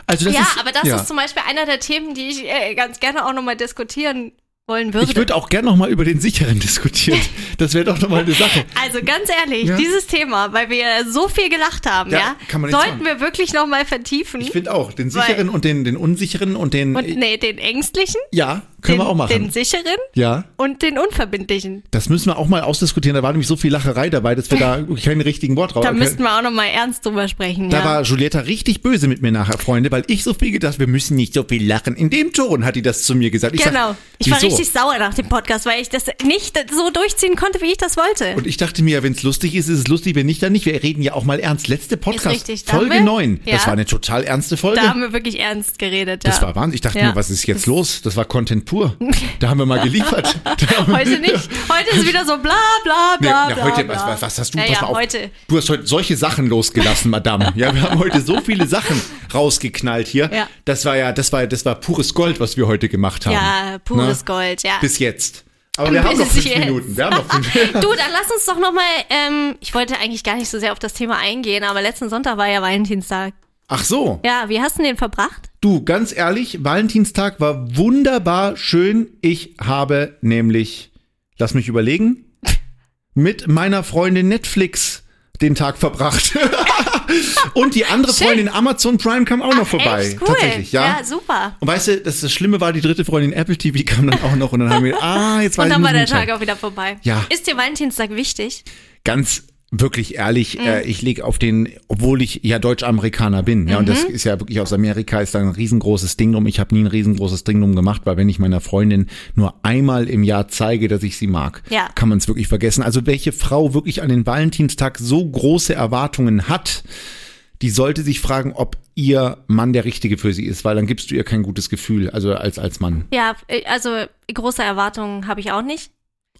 [SPEAKER 2] Also das
[SPEAKER 3] ja,
[SPEAKER 2] ist,
[SPEAKER 3] aber das
[SPEAKER 2] ja.
[SPEAKER 3] ist zum Beispiel einer der Themen, die ich äh, ganz gerne auch nochmal diskutieren wollen
[SPEAKER 2] Ich
[SPEAKER 3] würde.
[SPEAKER 2] würde auch gern noch mal über den Sicheren diskutieren. Das wäre doch noch mal eine Sache.
[SPEAKER 3] also ganz ehrlich,
[SPEAKER 2] Ja.
[SPEAKER 3] dieses Thema, weil wir so viel gelacht haben, ja,
[SPEAKER 2] Ja, kann man nicht
[SPEAKER 3] sollten
[SPEAKER 2] sagen.
[SPEAKER 3] wir wirklich nochmal vertiefen.
[SPEAKER 2] Ich finde auch, den Sicheren und den, den Unsicheren und den,
[SPEAKER 3] Und nee, den ängstlichen,
[SPEAKER 2] ja, können
[SPEAKER 3] den,
[SPEAKER 2] wir auch
[SPEAKER 3] den
[SPEAKER 2] machen.
[SPEAKER 3] sicheren
[SPEAKER 2] Ja.
[SPEAKER 3] und den unverbindlichen.
[SPEAKER 2] Das müssen wir auch mal ausdiskutieren. Da war nämlich so viel Lacherei dabei, dass wir da keinen richtigen Wort drauf
[SPEAKER 3] Da müssten wir auch nochmal ernst drüber sprechen.
[SPEAKER 2] Da
[SPEAKER 3] ja.
[SPEAKER 2] war Julietta richtig böse mit mir nachher, Freunde, weil ich so viel gedacht, wir müssen nicht so viel lachen. In dem Ton hat die das zu mir gesagt. Ich
[SPEAKER 3] Genau.
[SPEAKER 2] Sag,
[SPEAKER 3] Ich war
[SPEAKER 2] wieso?
[SPEAKER 3] richtig sauer nach dem Podcast, weil ich das nicht so durchziehen konnte, wie ich das wollte.
[SPEAKER 2] Und ich dachte mir, wenn es lustig ist, ist es lustig, wenn nicht, dann nicht. Wir reden ja auch mal ernst. Letzte Podcast,
[SPEAKER 3] richtig, da haben
[SPEAKER 2] Folge
[SPEAKER 3] wir-
[SPEAKER 2] 9. Das
[SPEAKER 3] ja.
[SPEAKER 2] war eine total ernste Folge.
[SPEAKER 3] da haben wir wirklich ernst geredet. Ja.
[SPEAKER 2] das war Wahnsinn. Ich dachte
[SPEAKER 3] Ja.
[SPEAKER 2] mir, was ist jetzt los? Das war Content pur. Da haben wir mal geliefert. Da haben wir-
[SPEAKER 3] Heute nicht. Heute ist wieder so bla bla
[SPEAKER 2] Nee,
[SPEAKER 3] bla.
[SPEAKER 2] na,
[SPEAKER 3] bla,
[SPEAKER 2] heute,
[SPEAKER 3] bla.
[SPEAKER 2] was, was, was hast du?
[SPEAKER 3] Ja,
[SPEAKER 2] pass
[SPEAKER 3] ja,
[SPEAKER 2] mal auf.
[SPEAKER 3] heute.
[SPEAKER 2] Du hast heute solche Sachen losgelassen, Madame. Ja, wir haben heute so viele Sachen rausgeknallt hier.
[SPEAKER 3] Ja.
[SPEAKER 2] Das war ja, das war, das war pures Gold, was wir heute gemacht haben. Ne?
[SPEAKER 3] Ja, pures Gold, ja.
[SPEAKER 2] Bis jetzt. Aber wir haben noch
[SPEAKER 3] Bis
[SPEAKER 2] fünf
[SPEAKER 3] jetzt.
[SPEAKER 2] Minuten. Wir haben noch fünf
[SPEAKER 3] Du, dann lass uns doch nochmal, ähm, ich wollte eigentlich gar nicht so sehr auf das Thema eingehen, aber letzten Sonntag war ja Valentinstag.
[SPEAKER 2] Ach so.
[SPEAKER 3] Ja, wie hast du den verbracht?
[SPEAKER 2] Du, ganz ehrlich, Valentinstag war wunderbar schön. Ich habe nämlich, lass mich überlegen, mit meiner Freundin Netflix den Tag verbracht. Und die andere Freundin Amazon Prime kam auch noch vorbei.
[SPEAKER 3] Echt cool.
[SPEAKER 2] Tatsächlich, ja.
[SPEAKER 3] ja, super.
[SPEAKER 2] Und weißt du, das, das Schlimme war, die dritte Freundin Apple TV kam dann auch noch und dann haben wir, ah, jetzt weiß
[SPEAKER 3] Und
[SPEAKER 2] ich
[SPEAKER 3] dann war
[SPEAKER 2] nicht.
[SPEAKER 3] der
[SPEAKER 2] wie man
[SPEAKER 3] Tag auch wieder vorbei.
[SPEAKER 2] Ja.
[SPEAKER 3] Ist dir Valentinstag wichtig?
[SPEAKER 2] ganz wirklich ehrlich,
[SPEAKER 3] Mhm.
[SPEAKER 2] äh, ich lege auf den, obwohl ich ja Deutsch-Amerikaner bin, ja, und das
[SPEAKER 3] Mhm.
[SPEAKER 2] ist ja wirklich aus Amerika, ist da ein riesengroßes Ding drum. Ich habe nie ein riesengroßes Ding drum gemacht, weil wenn ich meiner Freundin nur einmal im Jahr zeige, dass ich sie mag,
[SPEAKER 3] Ja.
[SPEAKER 2] kann man es wirklich vergessen. Also welche Frau wirklich an den Valentinstag so große Erwartungen hat, die sollte sich fragen, ob ihr Mann der Richtige für sie ist, weil dann gibst du ihr kein gutes Gefühl, also als, als Mann.
[SPEAKER 3] Ja, äh, also große Erwartungen habe ich auch nicht.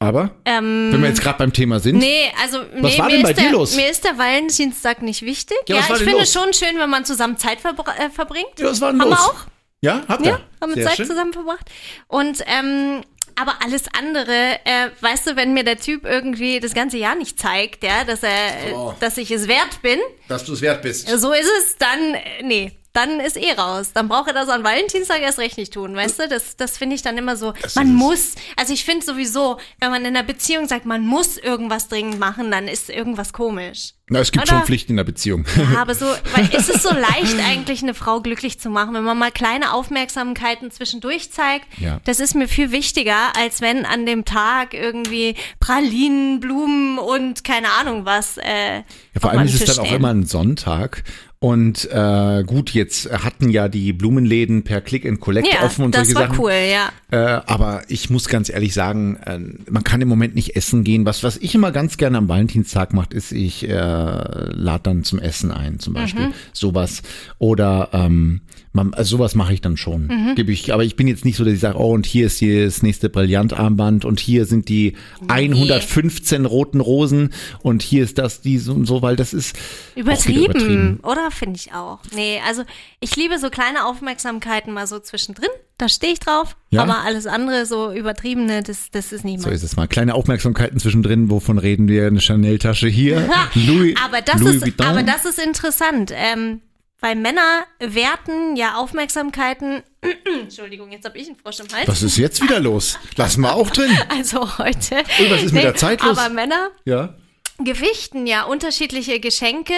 [SPEAKER 2] Aber,
[SPEAKER 3] Ähm,
[SPEAKER 2] wenn wir jetzt gerade beim Thema sind,
[SPEAKER 3] Nee, also nee,
[SPEAKER 2] war
[SPEAKER 3] mir,
[SPEAKER 2] denn bei
[SPEAKER 3] ist
[SPEAKER 2] dir
[SPEAKER 3] der,
[SPEAKER 2] los?
[SPEAKER 3] mir ist der Valentinstag nicht wichtig.
[SPEAKER 2] Ja,
[SPEAKER 3] Ja,
[SPEAKER 2] was war
[SPEAKER 3] ich
[SPEAKER 2] denn
[SPEAKER 3] finde
[SPEAKER 2] los?
[SPEAKER 3] schon schön, wenn man zusammen Zeit verbr- äh, verbringt.
[SPEAKER 2] Ja, was war denn
[SPEAKER 3] Haben
[SPEAKER 2] los?
[SPEAKER 3] wir auch.
[SPEAKER 2] ja, habt ihr.
[SPEAKER 3] Ja, haben wir
[SPEAKER 2] Sehr
[SPEAKER 3] Zeit
[SPEAKER 2] schön.
[SPEAKER 3] zusammen verbracht. Und ähm, aber alles andere, äh, weißt du, wenn mir der Typ irgendwie das ganze Jahr nicht zeigt, ja, dass er, äh,
[SPEAKER 2] Oh.
[SPEAKER 3] dass ich es wert bin,
[SPEAKER 2] Dass du es wert bist.
[SPEAKER 3] so ist es, dann, äh, nee, dann ist eh raus. Dann braucht er das an Valentinstag erst recht nicht tun, weißt du? Das, das finde ich dann immer so, man muss, also ich finde sowieso, wenn man in einer Beziehung sagt, man muss irgendwas dringend machen, dann ist irgendwas komisch.
[SPEAKER 2] Na, es gibt
[SPEAKER 3] Oder?
[SPEAKER 2] schon Pflichten in der Beziehung.
[SPEAKER 3] Ja, aber so, weil es ist so leicht eigentlich, eine Frau glücklich zu machen, wenn man mal kleine Aufmerksamkeiten zwischendurch zeigt.
[SPEAKER 2] Ja.
[SPEAKER 3] Das ist mir viel wichtiger, als wenn an dem Tag irgendwie Pralinen, Blumen und keine Ahnung was. Äh,
[SPEAKER 2] Ja, vor
[SPEAKER 3] auf
[SPEAKER 2] allem ist
[SPEAKER 3] meinem
[SPEAKER 2] es
[SPEAKER 3] Tisch
[SPEAKER 2] dann auch
[SPEAKER 3] stehen.
[SPEAKER 2] immer ein Sonntag. Und äh, gut, jetzt hatten ja die Blumenläden per Click and Collect
[SPEAKER 3] ja,
[SPEAKER 2] offen und
[SPEAKER 3] das
[SPEAKER 2] solche
[SPEAKER 3] war
[SPEAKER 2] Sachen.
[SPEAKER 3] cool, ja.
[SPEAKER 2] Äh, aber ich muss ganz ehrlich sagen, äh, man kann im Moment nicht essen gehen. Was, was ich immer ganz gerne am Valentinstag macht, ist, ich äh, lade dann zum Essen ein, zum Beispiel.
[SPEAKER 3] Mhm.
[SPEAKER 2] Sowas. Oder ähm, man, also sowas mache ich dann schon.
[SPEAKER 3] Mhm.
[SPEAKER 2] Gebe ich, aber ich bin jetzt nicht so, dass ich sage, oh, und hier ist hier das nächste Brillantarmband und hier sind die 115 roten Rosen und hier ist das, die so und so, weil das ist auch wieder
[SPEAKER 3] Übertrieben,
[SPEAKER 2] übertrieben.
[SPEAKER 3] oder? Finde ich auch. Nee, also ich liebe so kleine Aufmerksamkeiten mal so zwischendrin. Da stehe ich drauf.
[SPEAKER 2] Ja.
[SPEAKER 3] Aber alles andere, so übertriebene, das, das ist nicht
[SPEAKER 2] So
[SPEAKER 3] mein.
[SPEAKER 2] ist es mal. Kleine Aufmerksamkeiten zwischendrin, wovon reden wir? Eine Chanel-Tasche hier. Louis,
[SPEAKER 3] aber, das
[SPEAKER 2] Louis
[SPEAKER 3] ist,
[SPEAKER 2] Vuitton.
[SPEAKER 3] aber das ist interessant, ähm, weil Männer werten ja Aufmerksamkeiten. Entschuldigung, jetzt habe ich einen Frosch im Hals.
[SPEAKER 2] Was ist jetzt wieder los? Lassen wir auch drin.
[SPEAKER 3] Also heute.
[SPEAKER 2] was ist mit der Zeit los?
[SPEAKER 3] Aber Männer
[SPEAKER 2] Ja.
[SPEAKER 3] gewichten ja unterschiedliche Geschenke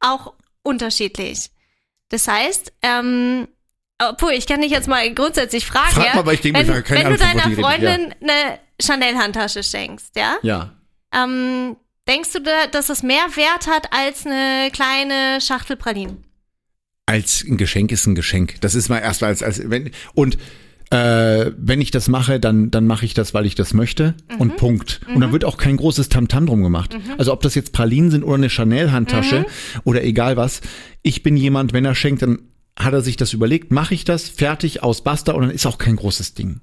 [SPEAKER 3] auch unterschiedlich. Das heißt, ähm, obwohl ich kann dich jetzt mal grundsätzlich fragen,
[SPEAKER 2] Frag
[SPEAKER 3] ja,
[SPEAKER 2] mal, weil ich denke,
[SPEAKER 3] wenn,
[SPEAKER 2] wir haben keine
[SPEAKER 3] wenn
[SPEAKER 2] Ahnung,
[SPEAKER 3] du
[SPEAKER 2] von
[SPEAKER 3] deiner
[SPEAKER 2] was die reden, ja.
[SPEAKER 3] Freundin eine Chanel-Handtasche schenkst, ja,
[SPEAKER 2] Ja.
[SPEAKER 3] Ähm, denkst du, da, dass das mehr Wert hat als eine kleine Schachtel Pralinen?
[SPEAKER 2] Als ein Geschenk ist ein Geschenk. Das ist mal erst als, als wenn und äh, wenn ich das mache, dann, dann mache ich das, weil ich das möchte und Punkt. Und dann wird auch kein großes Tamtam drum gemacht. Also ob das jetzt Pralinen sind oder eine Chanel-Handtasche oder egal was. Ich bin jemand, wenn er schenkt, dann hat er sich das überlegt, mache ich das, fertig, aus, basta und dann ist auch kein großes Ding.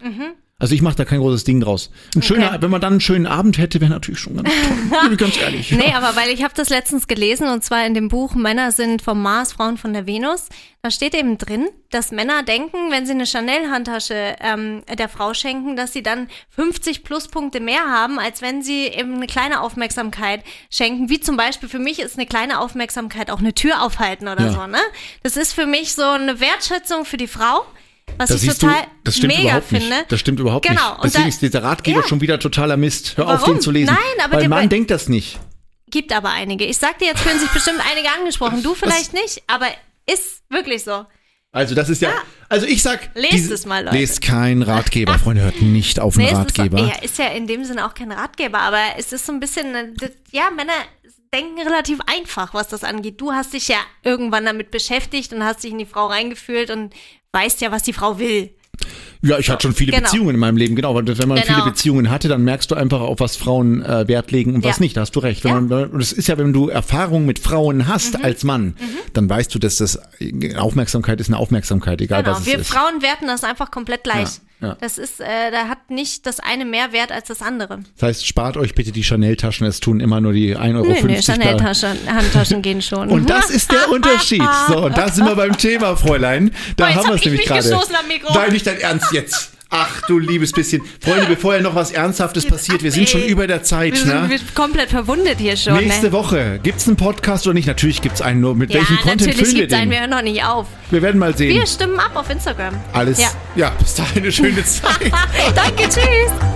[SPEAKER 2] Also ich mache da kein großes Ding draus. Ein schöner, wenn man dann einen schönen Abend hätte, wäre natürlich schon ganz toll. Bin ich ganz ehrlich.
[SPEAKER 3] Nee, aber weil ich habe das letztens gelesen und zwar in dem Buch Männer sind vom Mars, Frauen von der Venus. Da steht eben drin, dass Männer denken, wenn sie eine Chanel-Handtasche ähm, der Frau schenken, dass sie dann 50 Pluspunkte mehr haben, als wenn sie eben eine kleine Aufmerksamkeit schenken. Wie zum Beispiel für mich ist eine kleine Aufmerksamkeit auch eine Tür aufhalten oder
[SPEAKER 2] Ja.
[SPEAKER 3] so. Ne? Das ist für mich so eine Wertschätzung für die Frau. Was
[SPEAKER 2] Das
[SPEAKER 3] ich
[SPEAKER 2] siehst du,
[SPEAKER 3] total
[SPEAKER 2] das stimmt
[SPEAKER 3] mega
[SPEAKER 2] überhaupt
[SPEAKER 3] finde.
[SPEAKER 2] nicht. Das stimmt überhaupt
[SPEAKER 3] Genau,
[SPEAKER 2] nicht.
[SPEAKER 3] und
[SPEAKER 2] Deswegen
[SPEAKER 3] da-
[SPEAKER 2] ist dieser Ratgeber
[SPEAKER 3] Ja.
[SPEAKER 2] schon wieder totaler Mist. Hör auf,
[SPEAKER 3] Warum?
[SPEAKER 2] den zu lesen.
[SPEAKER 3] Nein, aber
[SPEAKER 2] Weil
[SPEAKER 3] der-
[SPEAKER 2] Mann denkt das nicht.
[SPEAKER 3] gibt aber einige. Ich sag dir, jetzt fühlen sich bestimmt einige angesprochen. Du vielleicht nicht, aber ist wirklich so.
[SPEAKER 2] Also das ist ja, also ich sag,
[SPEAKER 3] Lest
[SPEAKER 2] diese-
[SPEAKER 3] es mal, Leute.
[SPEAKER 2] Lest kein Ratgeber, Freunde, hört nicht auf
[SPEAKER 3] Nee,
[SPEAKER 2] einen
[SPEAKER 3] es ist,
[SPEAKER 2] Ratgeber.
[SPEAKER 3] ja, ist ja in dem Sinne auch kein Ratgeber, aber es ist so ein bisschen, äh, das- ja, Männer denken relativ einfach, was das angeht. Du hast dich ja irgendwann damit beschäftigt und hast dich in die Frau reingefühlt und weißt ja, was die Frau will.
[SPEAKER 2] Ja, ich hatte schon viele
[SPEAKER 3] Genau.
[SPEAKER 2] Beziehungen in meinem Leben, genau. Weil wenn man
[SPEAKER 3] Genau.
[SPEAKER 2] viele Beziehungen hatte, dann merkst du einfach, auf was Frauen äh, Wert legen und was
[SPEAKER 3] Ja.
[SPEAKER 2] nicht. Da hast du recht. Wenn
[SPEAKER 3] Ja. Mhm.
[SPEAKER 2] man, und es ist ja, wenn du Erfahrung mit Frauen hast als Mann, dann weißt du, dass das äh, Aufmerksamkeit ist eine Aufmerksamkeit, egal
[SPEAKER 3] Genau.
[SPEAKER 2] was es
[SPEAKER 3] Wir
[SPEAKER 2] ist.
[SPEAKER 3] Frauen werten das einfach komplett gleich.
[SPEAKER 2] Ja, ja.
[SPEAKER 3] Das ist, äh, da hat nicht das eine mehr Wert als das andere.
[SPEAKER 2] das heißt, spart euch bitte die Chanel-Taschen, es tun immer nur die 1,50 Euro.
[SPEAKER 3] Nö, nö, Chanel-Taschen, Handtaschen gehen schon.
[SPEAKER 2] Und das ist der Unterschied. So, und da sind wir beim Thema, Fräulein. Da
[SPEAKER 3] Oh, jetzt
[SPEAKER 2] haben wir
[SPEAKER 3] hab
[SPEAKER 2] es
[SPEAKER 3] ich
[SPEAKER 2] nämlich
[SPEAKER 3] mich
[SPEAKER 2] gerade.
[SPEAKER 3] gestoßen am Mikro.
[SPEAKER 2] Nein, nicht dein Ernst jetzt. Ach du liebes bisschen. Freunde, bevor ja noch was Ernsthaftes passiert, wir sind schon
[SPEAKER 3] Ey,
[SPEAKER 2] über der Zeit,
[SPEAKER 3] Wir
[SPEAKER 2] ne?
[SPEAKER 3] sind wir sind komplett verwundet hier schon. ne?
[SPEAKER 2] Nächste Woche. Gibt's einen Podcast oder nicht? Natürlich gibt's einen. Nur mit
[SPEAKER 3] Ja,
[SPEAKER 2] welchem Content
[SPEAKER 3] natürlich
[SPEAKER 2] füllen wir
[SPEAKER 3] gibt's einen,
[SPEAKER 2] den?
[SPEAKER 3] wir hören noch nicht auf.
[SPEAKER 2] Wir werden mal sehen.
[SPEAKER 3] Wir stimmen ab auf Instagram.
[SPEAKER 2] Alles.
[SPEAKER 3] Ja.
[SPEAKER 2] ja, bis dahin eine schöne Zeit.
[SPEAKER 3] Danke, tschüss.